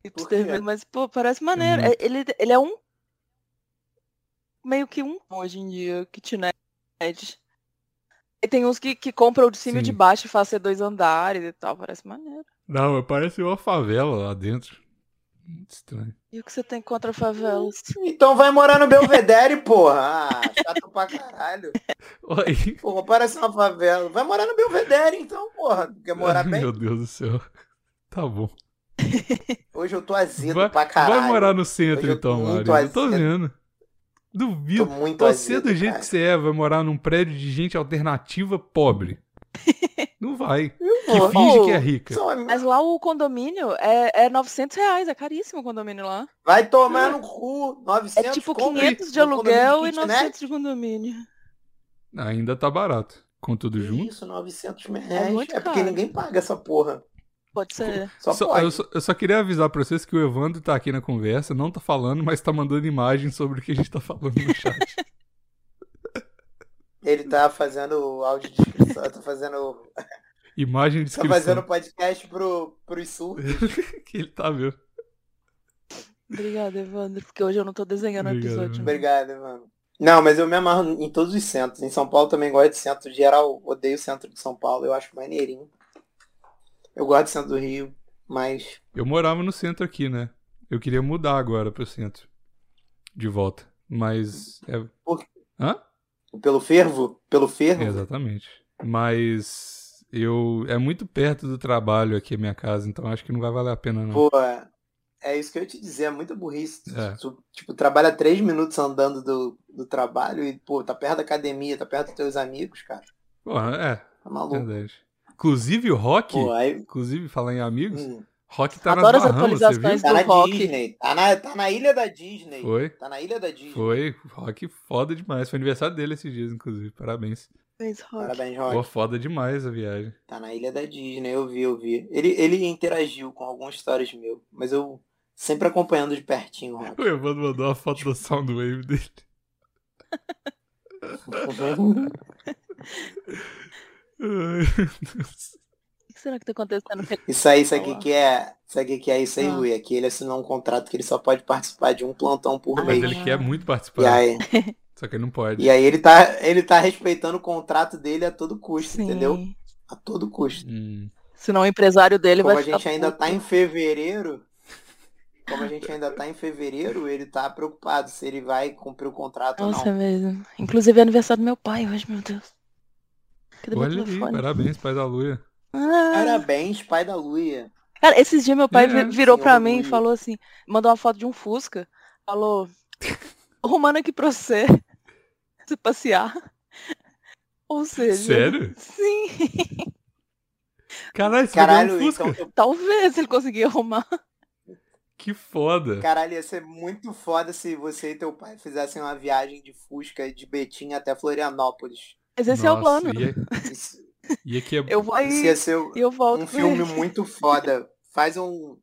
Speaker 2: hipster mesmo, mas, pô, parece maneiro.
Speaker 1: Uhum.
Speaker 2: É- Ele, ele é um. Meio que um hoje em dia, kitnet. E tem uns que, que compram o de cima e o de
Speaker 1: Sim.
Speaker 2: baixo e fazem dois andares e tal, parece maneiro.
Speaker 1: Não, mas parece uma favela lá dentro. Muito estranho.
Speaker 2: E o que você tem contra favelas?
Speaker 3: Então vai morar no Belvedere, porra. Ah, chato pra caralho.
Speaker 1: Oi.
Speaker 3: Porra, parece uma favela. Vai morar no Belvedere, então, porra. Quer morar
Speaker 1: Ai,
Speaker 3: bem?
Speaker 1: Meu Deus do céu. Tá bom.
Speaker 3: Hoje eu tô azedo
Speaker 1: Vai,
Speaker 3: pra caralho.
Speaker 1: vai morar no centro
Speaker 3: Hoje eu tô
Speaker 1: então, Mari.
Speaker 3: muito
Speaker 1: Eu tô
Speaker 3: azedo.
Speaker 1: vendo.
Speaker 3: Tô
Speaker 1: Duvido.
Speaker 3: muito
Speaker 1: Você,
Speaker 3: azedo,
Speaker 1: do jeito
Speaker 3: cara.
Speaker 1: que você é, vai morar num prédio de gente alternativa pobre. Não vai.
Speaker 3: Eu
Speaker 1: Que
Speaker 3: vou.
Speaker 1: finge que é
Speaker 2: Oh,
Speaker 1: rica.
Speaker 3: São amigos.
Speaker 2: Mas lá o condomínio é, é 900 reais, é caríssimo o condomínio lá.
Speaker 3: Vai tomar no cu. 900
Speaker 2: É tipo
Speaker 3: conto
Speaker 2: 500 de
Speaker 3: no condomínio
Speaker 2: aluguel e
Speaker 3: kitnet.
Speaker 2: 900 de condomínio.
Speaker 1: Ainda tá barato. Com tudo junto.
Speaker 3: Isso, 900
Speaker 2: É
Speaker 3: reais.
Speaker 2: muito
Speaker 3: É, porque
Speaker 2: caro.
Speaker 3: ninguém paga essa porra.
Speaker 2: Pode ser.
Speaker 3: Só,
Speaker 1: Só-
Speaker 3: pode.
Speaker 1: eu, só, eu só queria avisar pra vocês que o Evandro tá aqui na conversa, não tá falando, mas tá mandando imagens sobre o que a gente tá falando no chat.
Speaker 3: Ele tá fazendo áudio de descrição, tá fazendo,
Speaker 1: Imagem e
Speaker 3: tá
Speaker 1: descrição
Speaker 3: fazendo podcast pro, pros surdos.
Speaker 1: que ele tá vendo.
Speaker 2: Obrigada, Evandro, porque hoje eu não tô desenhando o
Speaker 1: Obrigado,
Speaker 2: episódio. não.
Speaker 3: Uhum. Obrigado, mano. Não, mas eu me amarro em todos os centros. Em São Paulo também gosto de centro. Geral, odeio o centro de São Paulo. Eu acho maneirinho. Eu gosto do centro do Rio, mas
Speaker 1: Eu morava no centro aqui, né? Eu queria mudar agora pro centro. De volta. Mas. é-
Speaker 3: Por-
Speaker 1: Hã?
Speaker 3: pelo fervo, pelo fervo,
Speaker 1: Exatamente. Mas. Eu. É muito perto do trabalho aqui a minha casa, então acho que não vai valer a pena, não.
Speaker 3: pô, é- é isso que eu ia te dizer. É muito burrice. Tu-
Speaker 1: É.
Speaker 3: Tu, tipo, trabalha três minutos andando do, do trabalho e, pô, tá perto da academia, tá perto dos teus amigos, cara.
Speaker 1: Pô, é,
Speaker 3: Tá maluco.
Speaker 1: verdade. Inclusive o Rock.
Speaker 3: Pô, aí...
Speaker 1: Inclusive, falar em amigos.
Speaker 3: hum.
Speaker 1: Rock tá
Speaker 2: Adoro as
Speaker 1: nas Bahamas, você viu?
Speaker 2: atualizações.
Speaker 3: Tá
Speaker 2: do
Speaker 3: na
Speaker 2: rock.
Speaker 3: Disney. Tá na, tá na ilha da Disney.
Speaker 1: Foi.
Speaker 3: Tá na ilha da Disney.
Speaker 1: Foi. Rock foda demais. Foi aniversário dele esses dias, inclusive. Parabéns.
Speaker 2: Parabéns, Rock.
Speaker 3: Parabéns,
Speaker 1: Pô,
Speaker 3: Rock.
Speaker 1: foda demais a viagem.
Speaker 3: Tá na ilha da Disney, eu vi, eu vi. Ele, ele interagiu com algumas histórias meu, mas eu sempre acompanhando de pertinho, Rock.
Speaker 1: O Evandro mandou uma foto do Soundwave dele. Ai, meu Deus.
Speaker 2: O que será que tá acontecendo?
Speaker 3: Isso aí, isso aqui
Speaker 2: Olá.
Speaker 3: que é. Isso aqui que é isso aí,
Speaker 2: Ah.
Speaker 3: Rui. Aqui ele assinou um contrato que ele só pode participar de um plantão
Speaker 2: Ah,
Speaker 3: por
Speaker 1: Mas
Speaker 3: mês.
Speaker 1: ele quer muito
Speaker 3: E
Speaker 1: participar.
Speaker 3: aí,
Speaker 1: Só que ele não pode.
Speaker 3: e aí ele, tá, ele tá respeitando o contrato dele a todo custo, entendeu? A todo custo.
Speaker 1: Hum.
Speaker 2: Senão o empresário dele
Speaker 3: Como
Speaker 2: vai
Speaker 3: a gente
Speaker 2: ficar
Speaker 3: ainda
Speaker 2: puto.
Speaker 3: tá em fevereiro, como a gente ainda tá em fevereiro, ele tá preocupado se ele vai cumprir o contrato ou
Speaker 2: Nossa, é
Speaker 3: tá, não.
Speaker 2: mesmo. Inclusive é aniversário do meu pai hoje, meu Deus. Cadê
Speaker 1: Olha
Speaker 2: meu
Speaker 1: aí,
Speaker 2: telefone?
Speaker 1: parabéns, pai da Luia.
Speaker 2: Ah,
Speaker 3: Parabéns, pai da Luia.
Speaker 2: cara, esses dias meu pai vi-
Speaker 1: É,
Speaker 2: virou pra
Speaker 3: senhor
Speaker 2: mim e
Speaker 3: Luiz.
Speaker 2: falou assim, mandou uma foto de um Fusca, falou, "Tô arrumando aqui pra você, pra você passear. Ou seja...
Speaker 1: Sério?
Speaker 2: Sim,
Speaker 1: Caralho, você
Speaker 3: Caralho,
Speaker 1: pegou um Fusca.
Speaker 3: então, eu-
Speaker 2: talvez ele conseguia arrumar.
Speaker 1: Que foda.
Speaker 3: caralho, ia ser muito foda se você e teu pai fizessem uma viagem de Fusca de Betim até Florianópolis.
Speaker 2: Mas esse é o
Speaker 1: Nossa,
Speaker 2: plano.
Speaker 1: Ia,
Speaker 3: Isso,
Speaker 1: ia que é...
Speaker 2: Eu vou aí
Speaker 3: isso ia ser
Speaker 2: e eu volto.
Speaker 3: um
Speaker 2: com
Speaker 3: filme
Speaker 2: ele.
Speaker 3: muito foda. Faz um.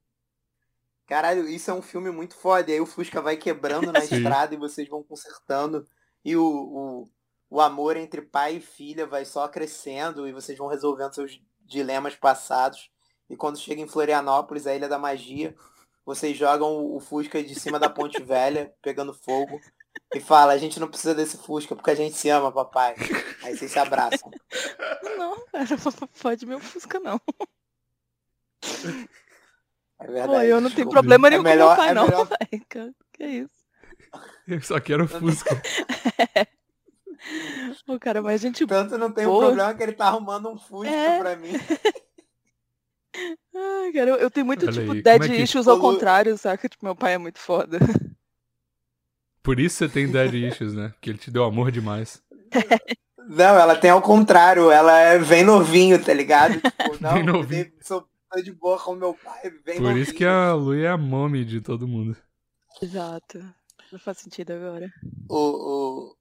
Speaker 3: Caralho, isso é um filme muito foda. E aí o Fusca vai quebrando na
Speaker 1: Sim.
Speaker 3: estrada e vocês vão consertando. E o, o, o amor entre pai e filha vai só crescendo e vocês vão resolvendo seus dilemas passados. E quando chega em Florianópolis, a Ilha da Magia, vocês jogam o o Fusca de cima da ponte velha, pegando fogo, e fala, a gente não precisa desse Fusca porque a gente se ama, papai. Aí vocês se abraçam.
Speaker 2: Não, cara, pode meu Fusca não.
Speaker 3: É
Speaker 2: Pô,
Speaker 3: verdade.
Speaker 2: eu não tenho
Speaker 3: desculpa.
Speaker 2: problema
Speaker 3: É
Speaker 2: nenhum com
Speaker 3: melhor-
Speaker 2: meu pai,
Speaker 3: é
Speaker 2: não,
Speaker 3: melhor-
Speaker 2: velho. cara. Que isso.
Speaker 1: Eu só quero Fusca.
Speaker 2: Pô, cara, mas gente.
Speaker 3: Tanto não tem um
Speaker 2: Boa.
Speaker 3: problema que ele tá arrumando um Fusca
Speaker 2: É.
Speaker 3: pra mim.
Speaker 2: Ai, cara, eu, eu tenho muito,
Speaker 1: Olha
Speaker 2: tipo,
Speaker 1: aí,
Speaker 2: dead
Speaker 1: como é que-
Speaker 2: issues ao
Speaker 3: Falou-
Speaker 2: contrário, saca? Tipo, meu pai é muito foda.
Speaker 1: Por isso você tem dead issues, né? Porque ele te deu amor demais.
Speaker 3: Não, ela tem ao contrário, ela é vem novinho, tá ligado? Tipo, não,
Speaker 1: Vem novinho.
Speaker 3: eu sou tô de boa com meu pai, vem
Speaker 1: Por isso que a Luia é a mommy de todo mundo.
Speaker 2: Exato. Não faz sentido agora.
Speaker 3: O, o,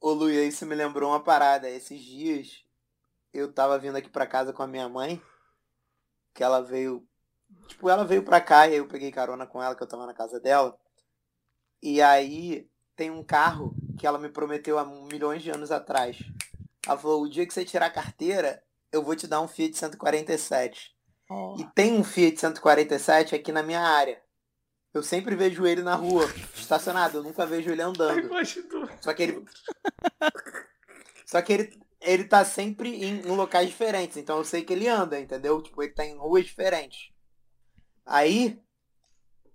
Speaker 3: o Luia, isso me lembrou uma parada. Esses dias eu tava vindo aqui pra casa com a minha mãe, que ela veio. Tipo, ela veio pra cá e eu peguei carona com ela, que eu tava na casa dela. E aí tem um carro que ela me prometeu há milhões de anos atrás. Ela falou, o dia que você tirar a carteira, eu vou te dar um Fiat 147.
Speaker 2: Ó.
Speaker 3: E tem um Fiat 147 aqui na minha área. Eu sempre vejo ele na rua, estacionado, eu nunca vejo ele andando. Só que ele. Só que ele, ele tá sempre em, em locais diferentes. Então eu sei que ele anda, entendeu? Tipo, ele tá em ruas diferentes. Aí,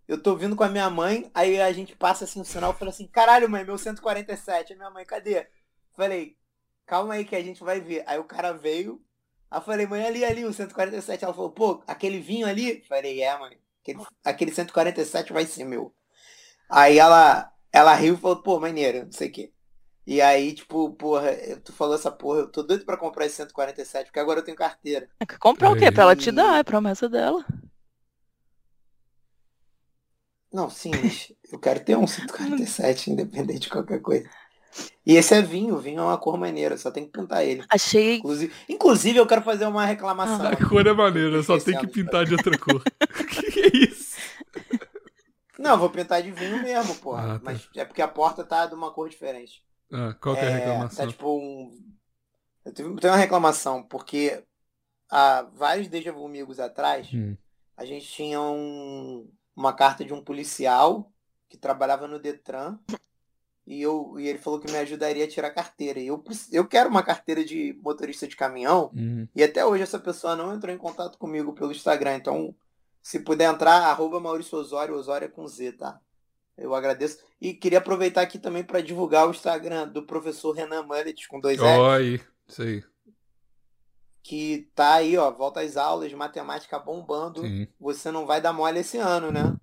Speaker 3: eu tô vindo com a minha mãe, aí a gente passa assim o sinal e fala assim, caralho, mãe, meu 147, a minha mãe, cadê? Falei, calma aí que a gente vai ver. Aí o cara veio, aí eu falei, mãe, ali, ali, o 147. Ela falou, pô, aquele vinho ali? Falei, é, mãe, aquele, aquele 147 vai ser meu. Aí ela, ela riu e falou, pô, maneiro, não sei o quê. E aí, tipo, porra, eu- tu falou essa porra, eu tô doido pra comprar esse 147, porque agora eu tenho carteira.
Speaker 2: Comprar é o quê? Pra ela te
Speaker 3: Aí.
Speaker 2: dar, é promessa dela.
Speaker 3: Não, sim, mas eu quero ter um 147, independente de qualquer coisa. E esse é vinho, vinho é uma cor maneira, só tem que pintar ele.
Speaker 2: Achei.
Speaker 3: Inclusive, inclusive eu quero fazer uma reclamação.
Speaker 1: A cor é maneira, só tem que
Speaker 3: Esquecendo.
Speaker 1: pintar de outra cor. que que é isso?
Speaker 3: Não, eu vou pintar de vinho mesmo,
Speaker 1: Ah,
Speaker 3: porra.
Speaker 1: tá.
Speaker 3: Mas é porque a porta tá de uma cor diferente.
Speaker 1: Ah, qual que é a reclamação?
Speaker 3: Tá tipo um. Eu tive, tenho uma reclamação, porque há vários déjà vu amigos atrás,
Speaker 1: Hum.
Speaker 3: a gente tinha um- uma carta de um policial que trabalhava no Detran e, eu, e ele falou que me ajudaria a tirar a carteira. E eu, preci- eu quero uma carteira de motorista de caminhão
Speaker 1: Uhum.
Speaker 3: e até hoje essa pessoa não entrou em contato comigo pelo Instagram. Então, se puder entrar, arroba Maurício Osório, Osório é com Z, tá? Eu agradeço. E queria aproveitar aqui também para divulgar o Instagram do professor Renan Mullet, com dois L,
Speaker 1: Oi, isso aí.
Speaker 3: que tá aí, ó, volta às aulas, de matemática bombando.
Speaker 1: Sim.
Speaker 3: você não vai dar mole esse ano, né?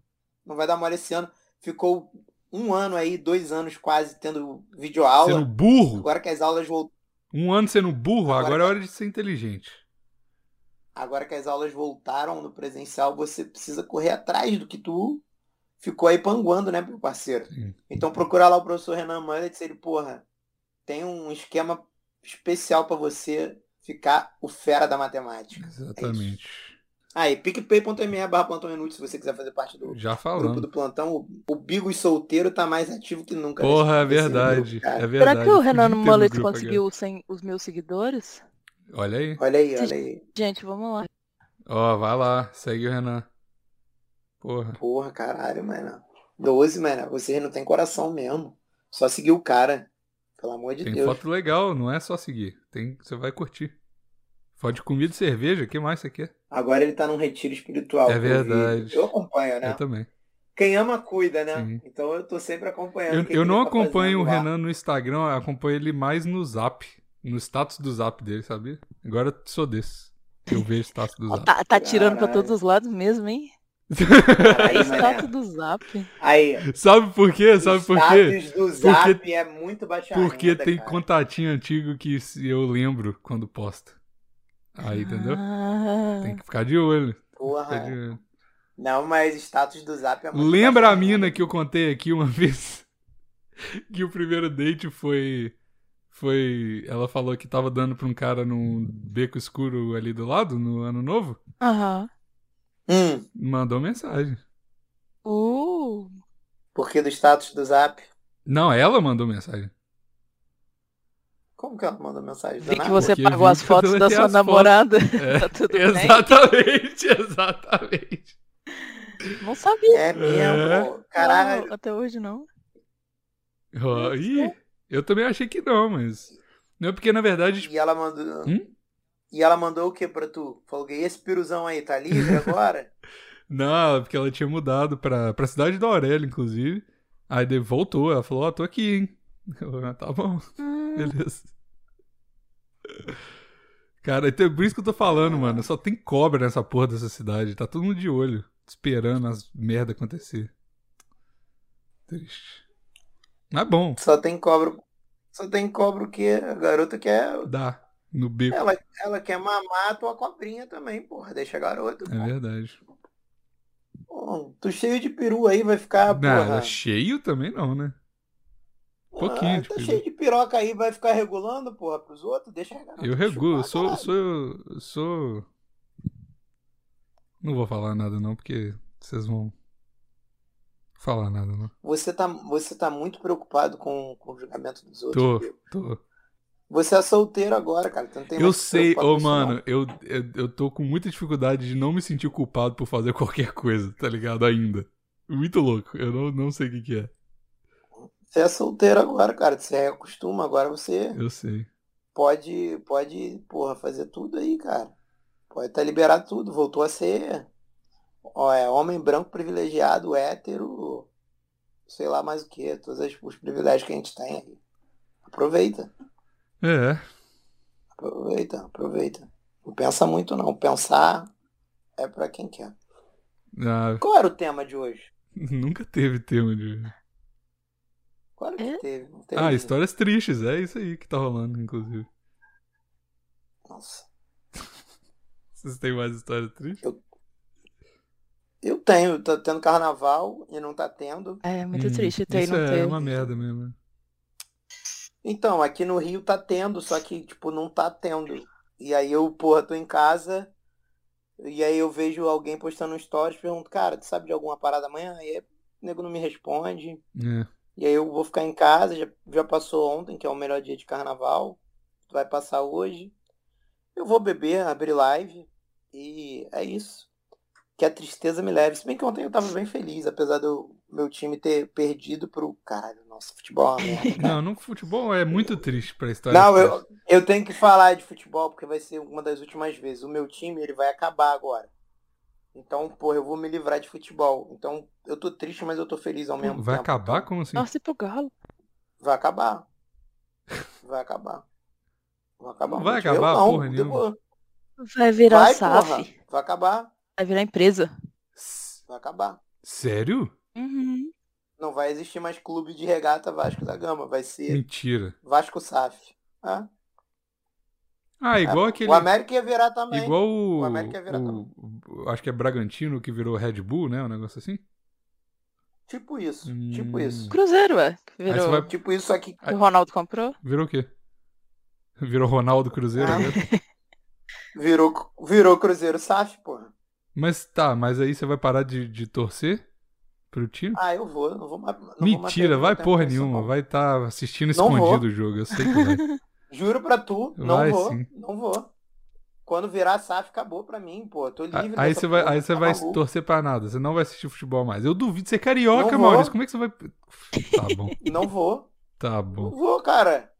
Speaker 3: Não vai dar mole esse ano. Ficou um ano aí, dois anos quase tendo videoaula.
Speaker 1: Sendo burro,
Speaker 3: Agora que as aulas voltaram.
Speaker 1: um ano sendo burro,
Speaker 3: Agora- tá
Speaker 1: agora é hora de ser inteligente.
Speaker 3: Agora que as aulas voltaram no presencial, você precisa correr atrás do que tu ficou aí panguando, né, meu parceiro?
Speaker 1: Sim.
Speaker 3: Então procura lá o professor Renan Mullet, ele, porra, tem um esquema especial pra você ficar o fera da matemática.
Speaker 1: Exatamente.
Speaker 3: Aí, picpay.me barra plantão inútil, se você quiser fazer parte do,
Speaker 1: Já
Speaker 3: grupo
Speaker 1: falando.
Speaker 3: do plantão, o, o Bigos solteiro tá mais ativo que nunca.
Speaker 1: Porra, é
Speaker 3: Esse
Speaker 1: verdade.
Speaker 3: grupo, cara.
Speaker 1: É verdade.
Speaker 2: Será que o Renan
Speaker 1: Podia ter no
Speaker 2: Mullet
Speaker 1: grupo,
Speaker 2: conseguiu sem os meus seguidores?
Speaker 1: cara. Olha aí.
Speaker 3: Olha aí, olha aí.
Speaker 2: Gente, vamos lá.
Speaker 1: Ó, vai lá, segue o Renan. Porra.
Speaker 3: Porra, caralho, mano. 12, mano. Vocês não tem coração mesmo. Só seguir o cara. Pelo amor de
Speaker 1: Tem
Speaker 3: Deus.
Speaker 1: foto legal, não é só seguir. Tem, você vai curtir. Foto de comida e cerveja, o que mais você quer?
Speaker 3: Agora ele tá num retiro espiritual.
Speaker 1: É
Speaker 3: que eu vi.
Speaker 1: verdade.
Speaker 3: Eu acompanho, né?
Speaker 1: Eu também.
Speaker 3: Quem ama, cuida, né?
Speaker 1: Sim.
Speaker 3: Então eu tô sempre acompanhando.
Speaker 1: Eu,
Speaker 3: o que
Speaker 1: eu
Speaker 3: ele
Speaker 1: não
Speaker 3: tá
Speaker 1: acompanho o
Speaker 3: fazendo lá.
Speaker 1: Renan no Instagram, eu acompanho ele mais no Zap. No status do Zap dele, sabia? Agora eu sou desse. Eu vejo o status do
Speaker 2: Ó,
Speaker 1: Zap.
Speaker 2: Tá, tá tirando pra
Speaker 3: Caralho. né?
Speaker 2: todos os lados mesmo, hein?
Speaker 3: Caralho,
Speaker 2: Status
Speaker 3: mané.
Speaker 2: do zap.
Speaker 3: Aí,
Speaker 1: Sabe por quê? Sabe
Speaker 3: o
Speaker 1: por quê?
Speaker 3: status do Zap é muito baixado.
Speaker 1: Porque tem contatinho antigo que se- eu lembro quando posto. Aí, entendeu?
Speaker 2: Ah,
Speaker 1: Tem que ficar de olho.
Speaker 3: Porra.
Speaker 1: Ficar de olho.
Speaker 3: Não, mas status do Zap é muito
Speaker 1: Lembra a
Speaker 3: baixado, né?
Speaker 1: mina que eu contei aqui uma vez? Que o primeiro date foi. Foi. Ela falou que tava dando pra um cara num beco escuro ali do lado, no ano novo.
Speaker 2: Aham.
Speaker 3: Hum,
Speaker 1: Mandou mensagem.
Speaker 3: Tá
Speaker 2: Uh,
Speaker 3: porque do status do Zap.
Speaker 1: Não, ela mandou mensagem.
Speaker 3: Como que ela mandou mensagem? Do
Speaker 2: vi que
Speaker 3: nada?
Speaker 2: você
Speaker 1: Porque
Speaker 2: pagou
Speaker 1: vi
Speaker 2: as
Speaker 1: que eu
Speaker 2: fotos da
Speaker 1: deletei
Speaker 2: sua
Speaker 1: as fotos.
Speaker 2: namorada.
Speaker 1: É,
Speaker 2: tá tudo
Speaker 1: exatamente, exatamente.
Speaker 2: bem? Não sabia.
Speaker 3: É mesmo. Caralho.
Speaker 2: Não, até hoje não.
Speaker 1: Ó, ih, eu também achei que não, mas. Não, porque na verdade. tipo,
Speaker 3: E ela mandou.
Speaker 1: Hum?
Speaker 3: E ela mandou o que pra tu? Falou que esse piruzão aí tá livre agora?
Speaker 1: Não, porque ela tinha mudado pra, pra cidade da Aurélia, inclusive. Aí de- voltou, ela falou: Ó, tô aqui, hein. Eu, "Ah, tá bom.
Speaker 2: Ah,
Speaker 1: Beleza. Cara, então é por isso que eu tô falando, mano. Só tem cobra nessa porra dessa cidade. Tá todo mundo de olho, esperando as merda acontecer. Triste. Mas bom,
Speaker 3: Só tem cobra. Só tem cobra o quê? A garota quer.
Speaker 1: dá. No beco.
Speaker 3: Ela, ela quer mamar a tua cobrinha também, porra. Deixa a garota.
Speaker 1: É verdade.
Speaker 3: Pô, tu cheio de peru aí, vai ficar.
Speaker 1: Não,
Speaker 3: É porra.
Speaker 1: era cheio também não, né? pouquinho
Speaker 3: Ah,
Speaker 1: de
Speaker 3: tá
Speaker 1: peru.
Speaker 3: cheio de piroca aí, vai ficar regulando, porra, pros outros? Deixa
Speaker 2: tá
Speaker 3: a garota.
Speaker 1: Eu regulo, eu
Speaker 3: chupar,
Speaker 1: sou, sou, eu sou. Não vou falar nada não, porque vocês vão falar nada não.
Speaker 3: Você tá, você tá muito preocupado com, com o julgamento dos outros.
Speaker 1: Tô,
Speaker 3: Diego.
Speaker 1: tô.
Speaker 3: Você é solteiro agora, cara. Então não tem
Speaker 1: Eu
Speaker 3: mais
Speaker 1: sei,
Speaker 3: que se
Speaker 1: ô
Speaker 3: preocupar com isso, não.
Speaker 1: mano, eu, eu, eu tô com muita dificuldade de não me sentir culpado por fazer qualquer coisa, tá ligado? Ainda. Muito louco. Eu não, não sei o que, que é.
Speaker 3: Você é solteiro agora, cara. Você acostuma. Agora você
Speaker 1: Eu sei.
Speaker 3: pode, pode, porra, fazer tudo aí, cara. Pode estar tá liberado tudo. Voltou a ser ó, é, homem branco privilegiado, hétero, sei lá mais o que. Todos as- os privilégios que a gente tem aí. Aproveita.
Speaker 1: É.
Speaker 3: Aproveita, aproveita. Não pensa muito, não. Pensar é pra quem quer.
Speaker 1: Ah,
Speaker 3: Qual era o tema de hoje?
Speaker 1: nunca teve tema de.
Speaker 3: Qual era que
Speaker 2: É?
Speaker 3: teve? Não teve
Speaker 1: Ah,
Speaker 3: nenhum.
Speaker 1: histórias tristes. É isso aí que tá rolando, inclusive.
Speaker 3: Nossa.
Speaker 1: Vocês têm mais histórias tristes?
Speaker 3: Eu tenho, tá tendo carnaval e não tá tendo.
Speaker 2: É muito
Speaker 1: Hum,
Speaker 2: triste ter e
Speaker 1: Isso
Speaker 2: não
Speaker 1: é
Speaker 2: ter.
Speaker 1: uma merda mesmo. né?
Speaker 3: Então, aqui no Rio tá tendo, só que, tipo, não tá tendo. E aí eu, porra, tô em casa, e aí eu vejo alguém postando um stories, pergunto, cara, tu sabe de alguma parada amanhã? Aí o nego não me responde.
Speaker 1: É.
Speaker 3: E aí eu vou ficar em casa, já, já passou ontem, que é o melhor dia de carnaval. Vai passar hoje. Eu vou beber, abrir live. E é isso. Que a tristeza me leve. Se bem que ontem eu tava bem feliz, apesar do meu time ter perdido pro. Caralho, nossa, futebol é uma merda. cara.
Speaker 1: Não, não, futebol é muito triste pra história.
Speaker 3: Não, eu,
Speaker 1: é.
Speaker 3: eu tenho que falar de futebol porque vai ser uma das últimas vezes. O meu time, ele vai acabar agora. Então, porra, eu vou me livrar de futebol. Então, eu tô triste, mas eu tô feliz ao mesmo
Speaker 1: Vai
Speaker 3: tempo.
Speaker 1: acabar? Como assim?
Speaker 2: Nossa, e pro galo?
Speaker 3: Vai acabar. Vai acabar. Vai acabar.
Speaker 1: Não vai
Speaker 3: Motivo
Speaker 1: acabar
Speaker 3: não,
Speaker 1: porra
Speaker 3: depois-
Speaker 2: Vai virar
Speaker 3: Vai,
Speaker 2: SAF.
Speaker 3: porra. Vai acabar.
Speaker 2: Vai virar empresa.
Speaker 1: S-
Speaker 3: Vai acabar.
Speaker 1: Sério?
Speaker 2: Uhum.
Speaker 3: Não vai existir mais clube de regata Vasco da Gama. Vai ser
Speaker 1: Mentira.
Speaker 3: Vasco SAF. Ah,
Speaker 1: Ah, igual
Speaker 3: é.
Speaker 1: aquele.
Speaker 3: O América ia virar também.
Speaker 1: Igual o.
Speaker 3: O América ia virar
Speaker 1: o- o- acho que é Bragantino que virou Red Bull, né? Um negócio assim.
Speaker 3: Tipo isso.
Speaker 1: Hum.
Speaker 3: Tipo isso.
Speaker 2: Cruzeiro, é. que
Speaker 1: Aí
Speaker 2: Virou.
Speaker 1: você vai-
Speaker 3: Tipo isso aqui.
Speaker 2: que O Ronaldo comprou.
Speaker 1: Virou o quê? Virou Ronaldo Cruzeiro né?
Speaker 3: Ah.
Speaker 1: agora?
Speaker 3: Virou, virou Cruzeiro SAF, porra.
Speaker 1: Mas tá, mas aí você vai parar de, de torcer pro time?
Speaker 3: Ah, eu vou. Não vou mais. não vou mais
Speaker 1: Mentira,
Speaker 3: perder
Speaker 1: vai
Speaker 3: tempo
Speaker 1: porra
Speaker 3: com isso,
Speaker 1: nenhuma.
Speaker 3: não.
Speaker 1: Vai estar tá assistindo
Speaker 3: Não vou.
Speaker 1: escondido o jogo. Eu sei que vai.
Speaker 3: Juro pra tu, não
Speaker 1: Vai,
Speaker 3: vou.
Speaker 1: sim.
Speaker 3: Não vou. Quando virar SAF, acabou pra mim, pô. Eu Tô livre.
Speaker 1: A- aí
Speaker 3: dessa
Speaker 1: você vai,
Speaker 3: porra,
Speaker 1: aí você
Speaker 3: tá
Speaker 1: vai
Speaker 3: maluco.
Speaker 1: torcer pra nada. Você não vai assistir futebol mais. Eu duvido. Você é carioca,
Speaker 3: Não vou.
Speaker 1: Maurício. Como é que você vai. Tá bom,
Speaker 3: Não vou.
Speaker 1: tá
Speaker 3: Não
Speaker 1: bom.
Speaker 3: vou, cara.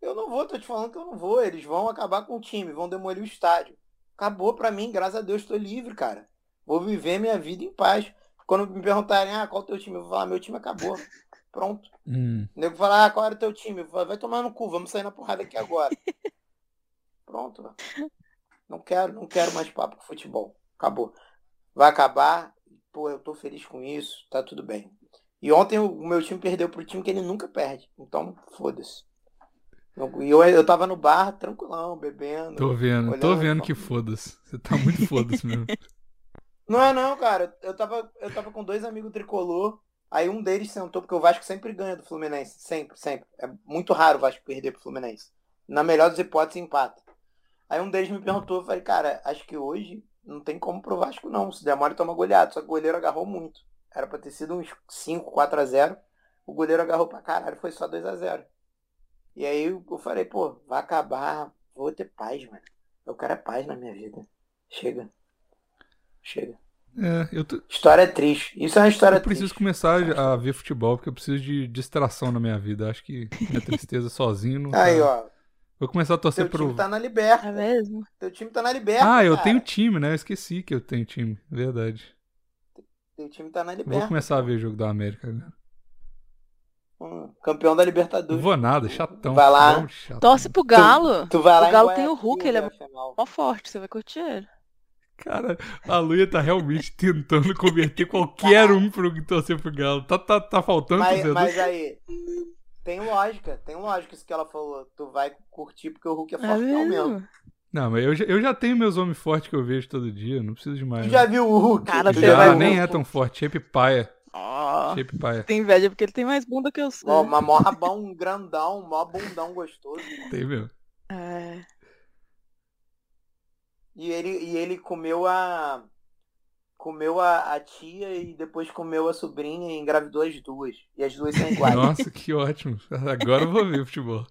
Speaker 3: Eu não vou, tô te falando que eu não vou. Eles vão acabar com o time, vão demolir o estádio. Acabou pra mim, graças a Deus, tô livre, cara. Vou viver minha vida em paz. Quando me perguntarem, ah, qual o teu time? Eu vou falar, meu time acabou. Pronto.
Speaker 1: Hum,
Speaker 3: O nego falar, ah, qual era o teu time? Eu vou falar, vai tomar no cu, vamos sair na porrada aqui agora. Pronto. Não quero, não quero mais papo com futebol. Acabou. Vai acabar. Pô, eu tô feliz com isso, tá tudo bem. E ontem o o meu time perdeu pro time que ele nunca perde. Então, foda-se. Não- E eu, eu tava no bar, tranquilão, bebendo.
Speaker 1: tô vendo, tô
Speaker 3: Olhando,
Speaker 1: vendo
Speaker 3: só.
Speaker 1: que foda-se. Você tá muito foda-se mesmo.
Speaker 3: Não é não, cara. Eu tava, eu tava com dois amigos tricolor. Aí um deles sentou, porque o Vasco sempre ganha do Fluminense. Sempre, sempre. É muito raro o Vasco perder pro Fluminense. Na melhor das hipóteses, empata. Aí um deles me perguntou, eu falei, cara, acho que hoje não tem como pro Vasco não. Se der mole, toma goleado. Só que o goleiro agarrou muito. Era pra ter sido uns 5, 4 a 0 O goleiro agarrou pra caralho, foi só 2 a 0 E aí eu falei, pô, vai acabar, vou ter paz, mano. Eu quero é paz na minha vida. Chega. Chega.
Speaker 1: É, eu, tô-
Speaker 3: História triste. Isso é uma história
Speaker 1: eu preciso
Speaker 3: triste.
Speaker 1: começar a ver futebol porque eu preciso de distração na minha vida. Acho que minha tristeza sozinho não. tá-
Speaker 3: Aí, ó.
Speaker 1: Vou começar a torcer
Speaker 3: Teu
Speaker 1: pro.
Speaker 3: time tá na
Speaker 2: É
Speaker 3: liberta.
Speaker 2: mesmo?
Speaker 3: Teu time tá na liberta.
Speaker 1: Ah, eu
Speaker 3: cara.
Speaker 1: tenho time, né? Eu esqueci que eu tenho time. Verdade.
Speaker 3: Teu time tá na
Speaker 1: Eu vou
Speaker 3: liberta.
Speaker 1: começar a ver jogo da América agora.
Speaker 3: Hum, Campeão da
Speaker 1: Não
Speaker 3: Libertadores.
Speaker 1: vou nada, chatão.
Speaker 3: Vai lá.
Speaker 1: futebol chato.
Speaker 2: Torce pro galo.
Speaker 3: Tu vai lá
Speaker 2: O
Speaker 3: em
Speaker 2: Galo tem o
Speaker 3: Guayaquil,
Speaker 2: Hulk, ele é-
Speaker 3: né, afinal.
Speaker 2: Mó forte, você vai curtir ele.
Speaker 1: Cara, a Luia tá realmente tentando converter qualquer um pro torcer pro Galo. Tá, tá, tá faltando
Speaker 3: Mas,
Speaker 1: torcedor?
Speaker 3: mas aí, tem lógica. Tem lógica isso que ela falou. Tu vai curtir porque o Hulk é
Speaker 2: É
Speaker 3: fortão mesmo.
Speaker 2: mesmo?
Speaker 1: Não, mas eu já, eu já tenho meus homens fortes que eu vejo todo dia, não preciso de mais.
Speaker 3: Tu
Speaker 1: não.
Speaker 3: já viu o Hulk?
Speaker 2: Cara,
Speaker 3: Tu
Speaker 2: você
Speaker 3: já
Speaker 2: vai-
Speaker 1: já
Speaker 3: viu o
Speaker 1: nem
Speaker 3: Hulk?
Speaker 1: é tão forte, shape paia.
Speaker 2: Ó,
Speaker 1: Shape paia.
Speaker 2: tem inveja porque ele tem mais bunda que eu sei.
Speaker 3: Ó, mas mó rabão grandão, mó bundão gostoso.
Speaker 1: Tem mesmo.
Speaker 2: É.
Speaker 3: E ele, e ele comeu a. Comeu a, a tia e depois comeu a sobrinha e engravidou as duas. E as duas são iguais.
Speaker 1: Nossa, que ótimo. Agora eu vou ver futebol.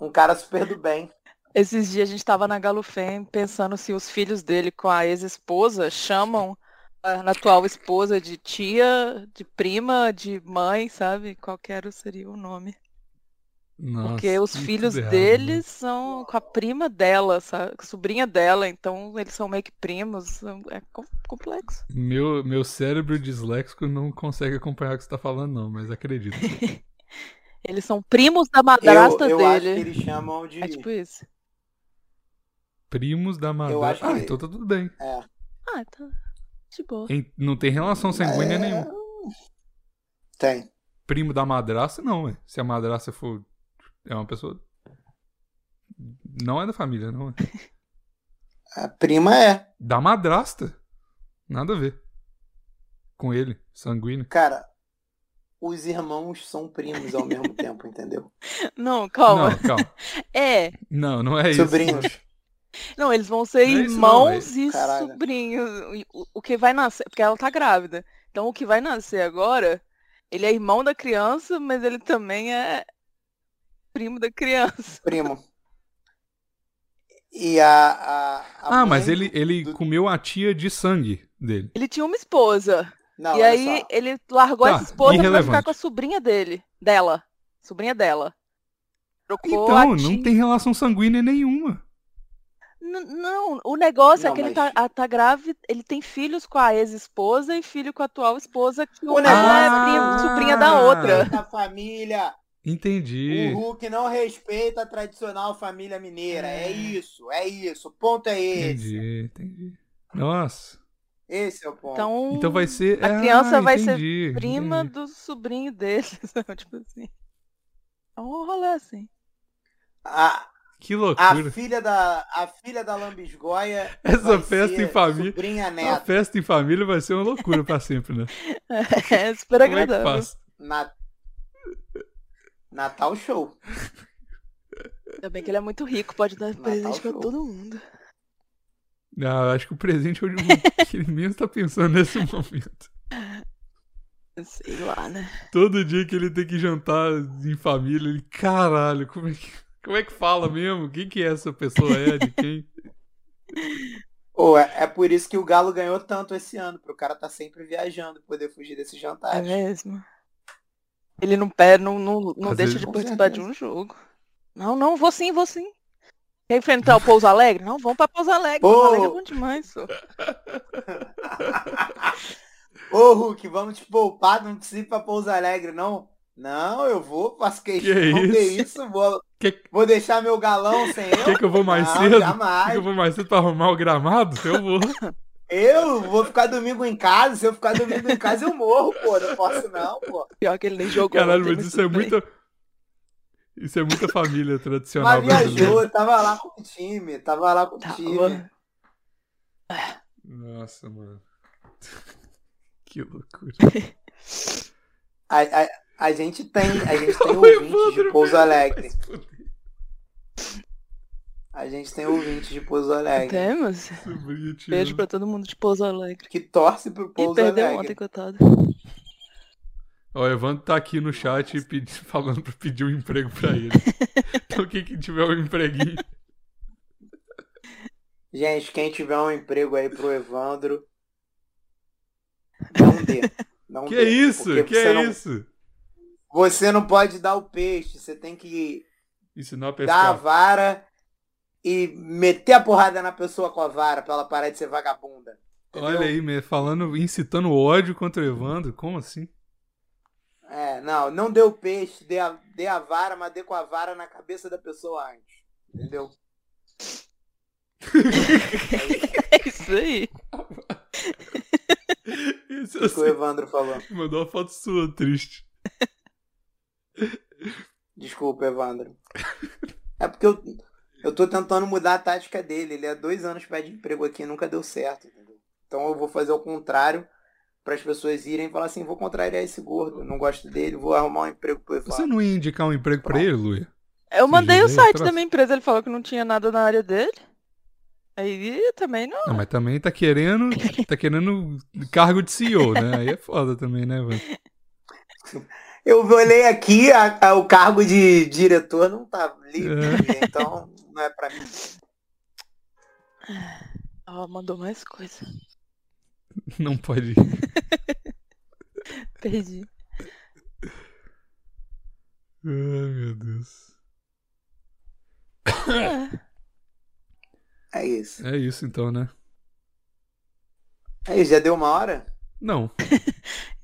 Speaker 3: Um cara super do bem.
Speaker 2: Esses dias a gente tava na Galufem pensando se os filhos dele com a ex-esposa chamam a atual esposa de tia, de prima, de mãe, sabe? Qualquer seria o nome.
Speaker 1: Nossa,
Speaker 2: Porque os
Speaker 1: muito
Speaker 2: filhos
Speaker 1: errado, né?
Speaker 2: deles são com a prima dela, sabe? Com a sobrinha dela, então eles são meio que primos. É com- complexo.
Speaker 1: né? Meu, meu cérebro disléxico não consegue acompanhar o que você tá falando, não, mas acredito.
Speaker 2: Eles são primos da
Speaker 3: Eu,
Speaker 2: madrasta
Speaker 3: eu acho que
Speaker 2: dele.
Speaker 3: eles chamam de.
Speaker 2: É tipo isso.
Speaker 1: Primos da
Speaker 3: Eu acho
Speaker 1: madrasta.
Speaker 3: que
Speaker 1: Ah,
Speaker 3: ele-
Speaker 1: então tá tudo bem.
Speaker 2: Ah, tá. De boa.
Speaker 1: Em- Não tem relação sanguínea
Speaker 3: É,
Speaker 1: nenhuma.
Speaker 3: Tem.
Speaker 1: Primo da madrasta, não, ué. Se a madrasta for. É uma pessoa. Não é da família, não é.
Speaker 3: A prima é.
Speaker 1: Da madrasta. Nada a ver. Com ele, sanguíneo.
Speaker 3: Cara, os irmãos são primos ao mesmo tempo, entendeu?
Speaker 2: Não, calma.
Speaker 1: Não, calma.
Speaker 2: É.
Speaker 1: Não, não é isso.
Speaker 3: Sobrinhos.
Speaker 2: Não, eles vão ser
Speaker 1: Não é isso não,
Speaker 2: irmãos e
Speaker 3: Caralho.
Speaker 2: sobrinhos. E o- O que vai nascer, porque ela tá grávida. Então o que vai nascer agora, ele é irmão da criança, mas ele também é primo da criança.
Speaker 3: Primo. E a. a, a
Speaker 1: Ah,
Speaker 3: mãe
Speaker 1: mas
Speaker 3: do-
Speaker 1: ele, ele
Speaker 3: do-
Speaker 1: comeu a tia de sangue dele.
Speaker 2: Ele tinha uma esposa.
Speaker 3: Não,
Speaker 2: e
Speaker 3: Ah, olha
Speaker 2: aí
Speaker 3: só.
Speaker 2: ele largou
Speaker 1: Tá,
Speaker 2: essa esposa pra ficar
Speaker 1: irrelevante.
Speaker 2: com a sobrinha dele. Dela. Sobrinha dela. Trocou a
Speaker 1: Então, não
Speaker 2: tia-
Speaker 1: tem relação sanguínea nenhuma.
Speaker 2: N- Não, o negócio é
Speaker 3: Não,
Speaker 2: que ele
Speaker 3: mas-
Speaker 2: tá, a- tá grávida, ele tem filhos com a ex-esposa e filho com a atual esposa, que
Speaker 3: O
Speaker 2: uma é
Speaker 1: negócio-
Speaker 2: prima-
Speaker 1: Ah!
Speaker 2: sobrinha da outra.
Speaker 3: A família.
Speaker 1: Entendi.
Speaker 3: O Hulk não respeita a tradicional família mineira. É isso, é isso. O ponto é esse.
Speaker 1: Entendi, entendi. Nossa.
Speaker 3: Esse é o ponto.
Speaker 2: Então,
Speaker 1: Então vai ser.
Speaker 2: a
Speaker 1: Ah,
Speaker 2: criança vai ser
Speaker 1: entendi,
Speaker 2: prima
Speaker 1: entendi.
Speaker 2: do sobrinho dele, sabe? tipo assim. É um rolê assim.
Speaker 3: a,
Speaker 1: Que
Speaker 3: a
Speaker 1: loucura.
Speaker 3: filha da a filha da Lambisgoia.
Speaker 1: Essa
Speaker 3: vai
Speaker 1: festa
Speaker 3: ser
Speaker 1: em família.
Speaker 3: Sobrinha
Speaker 1: A
Speaker 3: neta.
Speaker 1: festa em família vai ser uma loucura pra sempre, né?
Speaker 2: É super
Speaker 1: Como é que
Speaker 2: agradável.
Speaker 1: faz?
Speaker 3: Na... Natal show.
Speaker 2: Ainda bem que ele é muito rico, pode dar um
Speaker 3: Natal
Speaker 2: presente pra
Speaker 3: show.
Speaker 2: todo mundo.
Speaker 1: Ah, eu acho que o presente é o de- que ele menos tá pensando nesse momento.
Speaker 2: Sei lá, né?
Speaker 1: Todo dia que ele tem que jantar em família, ele, caralho, como é que, como é que fala mesmo? Quem que é essa pessoa? É de quem?
Speaker 3: Pô, é, é por isso que o Galo ganhou tanto esse ano, pro cara tá sempre viajando, poder fugir desse jantar.
Speaker 2: É mesmo. Ele não perde, não, não, não
Speaker 1: Às
Speaker 2: deixa
Speaker 1: vezes-
Speaker 2: de
Speaker 3: Com
Speaker 2: participar de
Speaker 3: certeza.
Speaker 2: um jogo. Não, não, vou sim, vou sim. Quer enfrentar o Pouso Alegre? Não, vamos pra Pouso Alegre.
Speaker 3: Pô!
Speaker 2: Pouso Alegre é bom demais, pô.
Speaker 3: Ô Hulk, vamos te poupar, não precisa ir pra Pouso Alegre, não. Não, eu vou, faço questão
Speaker 1: isso?
Speaker 3: que isso, vou,
Speaker 1: Quer que,
Speaker 3: vou deixar meu galão sem eu.
Speaker 1: quer que eu vou mais
Speaker 3: não,
Speaker 1: cedo? Quer que
Speaker 3: Jamais.
Speaker 1: eu vou mais cedo pra arrumar o gramado? Eu vou.
Speaker 3: Eu vou ficar domingo em casa, se eu ficar domingo em casa eu morro, pô, não posso não, pô.
Speaker 2: Pior que ele nem jogou.
Speaker 1: Caralho,
Speaker 2: ontem,
Speaker 1: mas isso é
Speaker 2: tudo bem.
Speaker 1: muita. Isso é muita família tradicional
Speaker 3: Mas
Speaker 1: brasileira.
Speaker 3: viajou, tava lá com o time, tava lá com o
Speaker 2: Tá,
Speaker 3: time.
Speaker 1: Nossa, mano. Que loucura.
Speaker 3: A, a, a gente tem, a gente tem
Speaker 1: O
Speaker 3: ouvintes
Speaker 1: Evandro
Speaker 3: de Pouso
Speaker 1: mesmo
Speaker 3: Alegre.
Speaker 1: vai se fuder,
Speaker 3: A gente tem ouvintes de Pouso Alegre.
Speaker 2: Temos.
Speaker 1: sobrinho, tio.
Speaker 2: Beijo pra todo mundo de Pouso Alegre.
Speaker 3: Que torce pro
Speaker 2: E
Speaker 3: Pouso
Speaker 2: perdeu
Speaker 3: Alegre.
Speaker 2: ontem, coitado.
Speaker 1: Ó, o Evandro tá aqui no chat e pedi- falando pra pedir um emprego pra ele. então quem que tiver um empreguinho.
Speaker 3: Gente, quem tiver um emprego aí pro Evandro, não dê. Não
Speaker 1: Que
Speaker 3: dê,
Speaker 1: isso?
Speaker 3: porque
Speaker 1: Que
Speaker 3: você
Speaker 1: é
Speaker 3: não,
Speaker 1: isso?
Speaker 3: Você não pode dar o peixe, você tem que
Speaker 1: Ensinar a
Speaker 3: dar a
Speaker 1: pescar.
Speaker 3: vara e meter a porrada na pessoa com a vara pra ela parar de ser vagabunda. entendeu?
Speaker 1: Olha aí, me falando, incitando ódio contra o Evandro. Como assim?
Speaker 3: É, não, não dê o peixe, dê a, dê a vara, mas dê com a vara na cabeça da pessoa antes. Entendeu?
Speaker 2: É isso aí.
Speaker 1: Esse
Speaker 3: O que o
Speaker 1: assim,
Speaker 3: Evandro falou.
Speaker 1: mandou uma foto sua triste.
Speaker 3: Desculpa, Evandro. É porque eu, eu tô tentando mudar a tática dele. Ele há dois anos pede emprego aqui e nunca deu certo. entendeu? Então eu vou fazer o contrário para as pessoas irem e falar assim, vou contrariar esse gordo, eu não gosto dele, vou arrumar um emprego pro
Speaker 1: Você
Speaker 3: Evandro.
Speaker 1: não ia indicar um emprego pra ele, Luia?
Speaker 2: Eu mandei o
Speaker 1: Sujeira,
Speaker 2: site
Speaker 1: troço.
Speaker 2: da minha empresa, ele falou que não tinha nada na área dele. Aí também não.
Speaker 1: Não, mas também tá querendo, tá querendo cargo de CEO, né? Aí é foda também, né, Evandro?
Speaker 3: Eu olhei aqui, a- a- o cargo de diretor não tá livre, então não é pra mim.
Speaker 2: Ó, mandou mais coisa.
Speaker 1: Não pode.
Speaker 2: Perdi.
Speaker 1: Ai, meu Deus.
Speaker 2: É,
Speaker 3: É isso.
Speaker 1: É isso então, né?
Speaker 3: É isso, já deu uma hora?
Speaker 1: Não.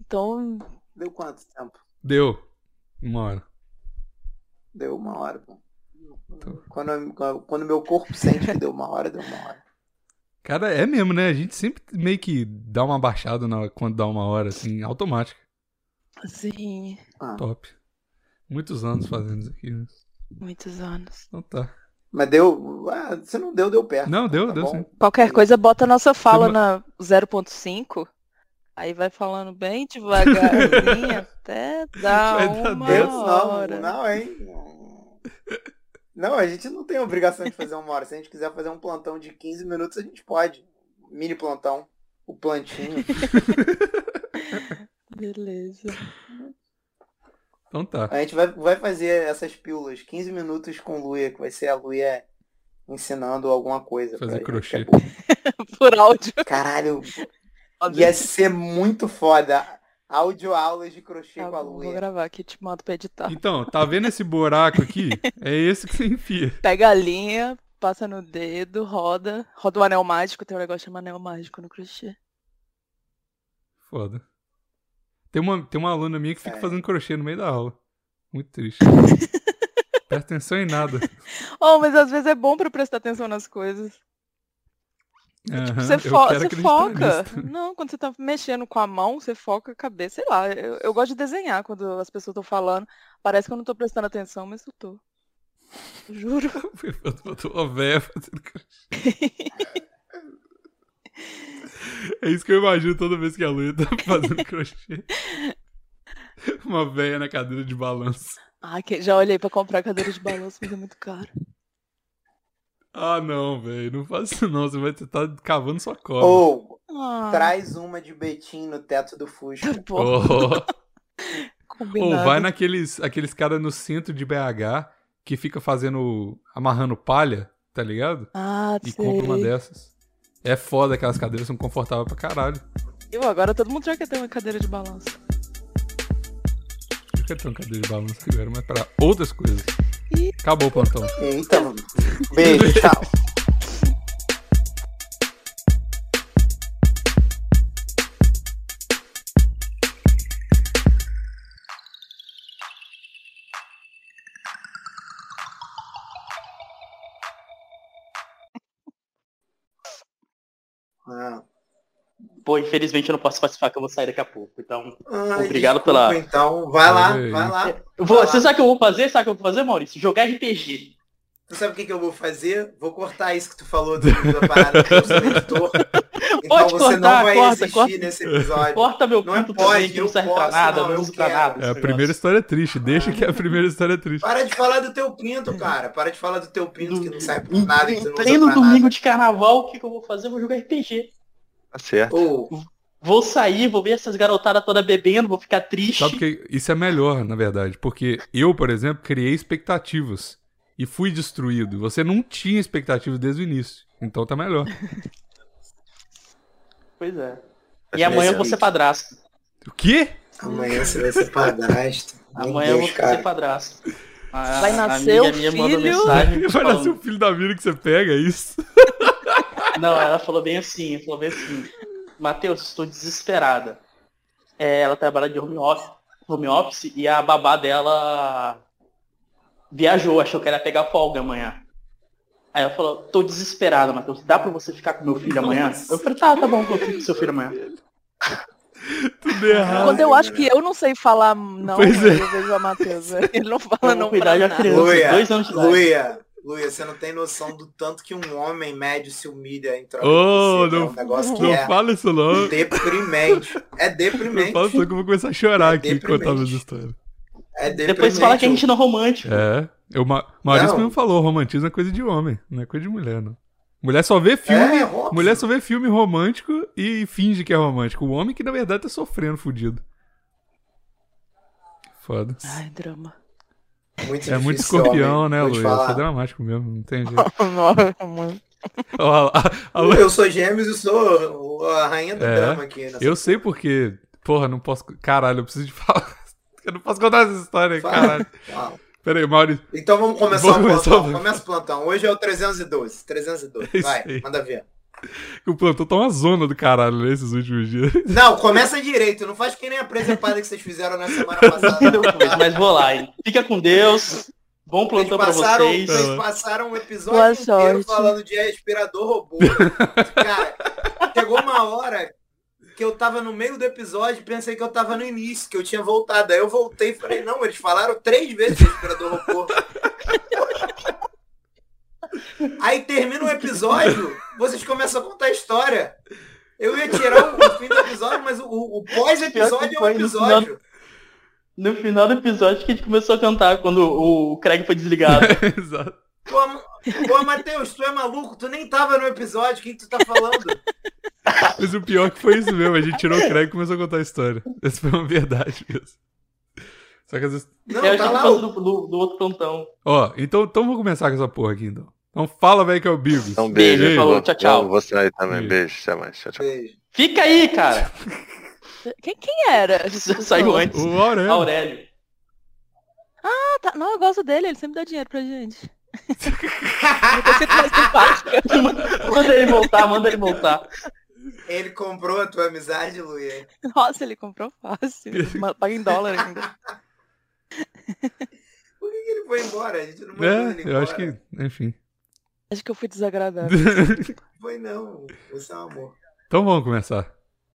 Speaker 2: então,
Speaker 3: Deu quanto tempo?
Speaker 1: Deu. Uma hora.
Speaker 3: Deu uma hora, pô.
Speaker 1: Então.
Speaker 3: Quando, quando meu corpo sente que deu uma hora, deu uma hora.
Speaker 1: Cara, é mesmo, né? A gente sempre meio que dá uma baixada na, quando dá uma hora, assim, automática.
Speaker 2: sim,
Speaker 3: Ah,
Speaker 1: Top. Muitos anos fazendo isso aqui, né?
Speaker 2: muitos anos.
Speaker 1: Então tá.
Speaker 3: mas deu. Ah, se não deu, deu perto.
Speaker 1: Não, deu,
Speaker 3: Tá
Speaker 1: deu
Speaker 3: bom.
Speaker 1: sim.
Speaker 2: Qualquer coisa, bota a nossa fala
Speaker 1: Você
Speaker 2: na 0.5. Aí vai falando bem devagarzinho até dar
Speaker 1: Vai dar né?
Speaker 2: uma
Speaker 3: Deus não,
Speaker 2: hora.
Speaker 3: não, hein? Não, a gente não tem obrigação de fazer uma hora. Se a gente quiser fazer um plantão de 15 minutos, a gente pode. Mini plantão. O plantinho.
Speaker 2: Beleza.
Speaker 1: Então tá.
Speaker 3: A gente vai, vai fazer essas pílulas, 15 minutos com Luia, que vai ser a Luia ensinando alguma coisa.
Speaker 1: Fazer
Speaker 3: pra
Speaker 1: crochê.
Speaker 3: gente.
Speaker 2: Por áudio.
Speaker 3: Caralho, ia ser muito foda. Áudio aulas de crochê
Speaker 2: Tá
Speaker 3: com a
Speaker 2: bom, vou
Speaker 3: Luia.
Speaker 2: gravar aqui, te mando pra editar.
Speaker 1: Então, tá vendo esse buraco aqui? É esse que você enfia.
Speaker 2: Pega a linha, passa no dedo, roda. Roda o anel mágico, tem um negócio chamado anel mágico no crochê.
Speaker 1: Foda. Tem uma, tem uma aluna minha que fica
Speaker 3: É.
Speaker 1: fazendo crochê no meio da aula. Muito triste. Presta atenção em nada.
Speaker 2: Oh, mas às vezes é bom pra prestar atenção nas coisas.
Speaker 1: Aham,
Speaker 2: Você,
Speaker 1: eu
Speaker 2: fo-
Speaker 1: quero
Speaker 2: você
Speaker 1: acreditar
Speaker 2: foca.
Speaker 1: nisso.
Speaker 2: Não, quando você tá mexendo com a mão, você foca a cabeça. Sei lá, eu, eu gosto de desenhar quando as pessoas estão falando. Parece que eu não tô prestando atenção, mas eu tô. Juro.
Speaker 1: Eu tô- eu tô uma véia fazendo crochê. É isso que eu imagino toda vez que a Luia tá fazendo crochê. Uma véia na cadeira de balanço.
Speaker 2: Ai, que- já olhei pra comprar cadeira de balanço, mas é muito caro.
Speaker 1: Ah, não, velho. Não faça isso, não. Você vai estar cavando sua cova.
Speaker 3: Ou
Speaker 2: Ah, tá
Speaker 3: traz uma de Betim no teto do Fusca.
Speaker 2: bom,
Speaker 1: Oh. Ou
Speaker 2: combinado.
Speaker 1: vai naqueles aqueles caras no centro de BH que fica fazendo. amarrando palha, tá ligado?
Speaker 2: Ah,
Speaker 1: E
Speaker 2: sei.
Speaker 1: compra uma dessas. É foda aquelas cadeiras, são confortáveis pra caralho.
Speaker 2: Eu, agora todo mundo já quer ter uma cadeira de balanço.
Speaker 1: Eu quero ter uma cadeira é de balanço que agora, mas é pra outras coisas.
Speaker 2: Ih.
Speaker 1: Acabou o plantão.
Speaker 3: Eita, mano. Beijo, tchau. Ah.
Speaker 4: Pô, infelizmente eu não posso participar, que eu vou sair daqui a pouco. Então.
Speaker 3: Ai,
Speaker 4: Obrigado
Speaker 3: desculpa,
Speaker 4: pela-
Speaker 3: Então, vai lá,
Speaker 1: Olha aí.
Speaker 3: vai lá.
Speaker 4: Eu vou-
Speaker 3: Vai lá.
Speaker 4: você sabe o que eu vou fazer? Sabe o que eu vou fazer, Maurício? Jogar RPG.
Speaker 3: Tu sabe o que, que eu vou fazer? Vou cortar isso que tu falou do, da parada que eu sou editor. Então
Speaker 4: Pode
Speaker 3: você não
Speaker 4: cortar,
Speaker 3: vai
Speaker 4: corta,
Speaker 3: existir
Speaker 4: corta.
Speaker 3: nesse episódio.
Speaker 4: Corta meu
Speaker 3: Não é
Speaker 4: pinto
Speaker 3: pode,
Speaker 4: também, que não
Speaker 3: eu
Speaker 4: serve pra
Speaker 3: posso,
Speaker 4: nada,
Speaker 3: não,
Speaker 4: não,
Speaker 3: eu
Speaker 4: uso pra
Speaker 3: quero.
Speaker 4: nada.
Speaker 1: É,
Speaker 4: esse
Speaker 1: a
Speaker 4: negócio.
Speaker 1: primeira história é triste, deixa que a primeira história é triste.
Speaker 3: Para de falar do teu pinto, cara. Para de falar do teu pinto que não sai por nada, que
Speaker 4: Em
Speaker 3: tu não
Speaker 4: pleno
Speaker 3: usa pra
Speaker 4: domingo
Speaker 3: nada.
Speaker 4: de carnaval, o que, que eu vou fazer? Eu vou jogar RPG.
Speaker 5: Tá certo.
Speaker 3: Ou,
Speaker 4: Vou sair, vou ver essas garotadas toda bebendo, vou ficar triste.
Speaker 1: Sabe que isso é melhor, na verdade, porque eu, por exemplo, criei expectativas e fui destruído. Você não tinha expectativas desde o início, então tá melhor.
Speaker 4: Pois é.
Speaker 5: Tá
Speaker 4: E amanhã eu
Speaker 5: certo.
Speaker 4: vou ser padrasto.
Speaker 1: O quê?
Speaker 3: amanhã você vai ser padrasto. Meu
Speaker 4: Amanhã eu
Speaker 3: Deus,
Speaker 4: vou ser
Speaker 3: cara.
Speaker 4: padrasto. A-
Speaker 2: Vai
Speaker 4: a
Speaker 2: nascer
Speaker 4: amiga
Speaker 2: o
Speaker 4: minha mandou
Speaker 2: filho?
Speaker 4: mensagem
Speaker 1: Vai
Speaker 4: falando-
Speaker 2: então.
Speaker 1: nascer o filho da mina que você pega, é isso?
Speaker 4: Não, ela falou bem assim, falou bem assim. Matheus, estou desesperada. É, ela trabalha de home office, home office e a babá dela viajou, achou que ela ia pegar folga amanhã. Aí ela falou, tô desesperada, Matheus, dá pra você ficar com meu filho amanhã? Eu falei, tá, tá bom, eu fico com seu filho amanhã.
Speaker 1: Tudo errado.
Speaker 2: Quando eu acho que eu não sei falar não, né,
Speaker 1: Pois é.
Speaker 2: eu vejo a Matheus. velho. Ele não fala
Speaker 4: Eu
Speaker 2: não pra
Speaker 4: vou cuidar de uma
Speaker 2: nada.
Speaker 4: criança,
Speaker 3: Luia,
Speaker 4: dois anos de idade.
Speaker 3: Luia, Luia, você não tem noção do tanto que um homem médio se humilha em troca
Speaker 1: Oh,
Speaker 3: de você. é
Speaker 1: não,
Speaker 3: um negócio que
Speaker 1: não
Speaker 3: é
Speaker 1: fala isso não.
Speaker 3: deprimente. É
Speaker 1: Não fala
Speaker 3: deprimente.
Speaker 1: isso não que eu vou começar a chorar
Speaker 3: É
Speaker 1: aqui e contar
Speaker 3: deprimente.
Speaker 1: minhas histórias.
Speaker 3: É deprimente.
Speaker 4: Depois fala que a gente não é romântico.
Speaker 1: É. Eu, Ma- Maurício
Speaker 3: Não.
Speaker 1: mesmo falou, romantismo é coisa de homem, não é coisa de mulher, não. Mulher só vê filme
Speaker 3: É, óbvio.
Speaker 1: Mulher só vê filme romântico e finge que é romântico. O homem que, na verdade, tá sofrendo, fudido. Foda.
Speaker 2: Ai, drama.
Speaker 3: Muito
Speaker 1: É muito
Speaker 3: difícil,
Speaker 1: escorpião,
Speaker 3: homem.
Speaker 1: né,
Speaker 3: Vou te
Speaker 1: Luiz?
Speaker 3: falar.
Speaker 1: Isso é dramático mesmo, não tem jeito.
Speaker 2: Nossa,
Speaker 1: Ó, a- a Lu-
Speaker 3: Eu sou gêmeos e sou a rainha do
Speaker 1: É.
Speaker 3: drama aqui. né?
Speaker 1: Eu sei porque. Porra, não posso. Caralho, eu preciso de falar. Eu não posso contar essa história,
Speaker 3: Fala.
Speaker 1: caralho.
Speaker 3: Fala.
Speaker 1: Pera aí, Maurício.
Speaker 3: Ah, Então vamos começar
Speaker 1: Vamos
Speaker 3: o
Speaker 1: começar
Speaker 3: plantão.
Speaker 1: o-
Speaker 3: Começa o plantão. Hoje é o 312. 312.
Speaker 1: Isso
Speaker 3: Vai,
Speaker 1: aí.
Speaker 3: manda ver.
Speaker 1: O plantão tá uma zona do caralho nesses últimos dias.
Speaker 3: Não, começa direito. Não faz que nem a presepada que vocês fizeram na semana passada.
Speaker 4: Mas vou lá, hein? Fica com Deus. Bom
Speaker 3: Vocês
Speaker 4: plantão pra
Speaker 3: passaram,
Speaker 4: vocês.
Speaker 1: Ah.
Speaker 3: vocês passaram um episódio
Speaker 2: Boa
Speaker 3: inteiro
Speaker 2: sorte.
Speaker 3: falando de respirador robô. Cara, chegou uma hora que eu tava no meio do episódio e pensei que eu tava no início, que eu tinha voltado. Aí eu voltei e falei, não, eles falaram três vezes de respirador robô. Aí termina o episódio, vocês começam a contar a história. Eu ia tirar o fim do episódio, mas o, o
Speaker 4: Pior que
Speaker 3: pós-episódio é um
Speaker 4: foi no final
Speaker 3: episódio.
Speaker 4: No final do episódio que a gente começou a cantar quando o Craig foi desligado.
Speaker 1: Exato.
Speaker 3: Pô, Ma- pô, Matheus, tu é maluco? Tu nem tava no episódio, o que, que tu tá falando?
Speaker 1: Mas o pior é que foi isso mesmo. A gente tirou o crédito e começou a contar a história. Essa foi uma verdade mesmo. Só que às vezes.
Speaker 3: Não,
Speaker 4: eu
Speaker 3: tá
Speaker 4: achei que
Speaker 3: lá.
Speaker 4: fosse
Speaker 3: o-
Speaker 4: do, do- do outro plantão.
Speaker 1: Ó, então, então vamos começar com essa porra aqui então. Então fala, velho, que é o Bigos.
Speaker 5: Então, beijo.
Speaker 1: Beijo,
Speaker 4: falou,
Speaker 5: vou-
Speaker 4: tchau, tchau.
Speaker 5: Eu vou sair também.
Speaker 1: Beijo.
Speaker 5: Beijo, até mais. Tchau, tchau.
Speaker 3: Beijo.
Speaker 4: Fica aí, cara.
Speaker 2: quem, quem era?
Speaker 4: Saiu antes.
Speaker 1: O Aurélio.
Speaker 4: Aurélio.
Speaker 2: Ah, tá. Não, eu gosto dele, ele sempre dá dinheiro pra gente. Eu tô sempre mais simpática.
Speaker 4: Manda ele voltar, manda ele voltar.
Speaker 3: Ele comprou a tua amizade, Luia.
Speaker 2: Nossa, ele comprou fácil. Ma- Paga em dólar ainda.
Speaker 3: Por que, que ele foi embora? A gente não mandou ele
Speaker 1: É, eu
Speaker 3: embora.
Speaker 1: acho que. Enfim.
Speaker 2: Acho que eu fui desagradável.
Speaker 3: Foi não. Você é um amor.
Speaker 1: então vamos começar.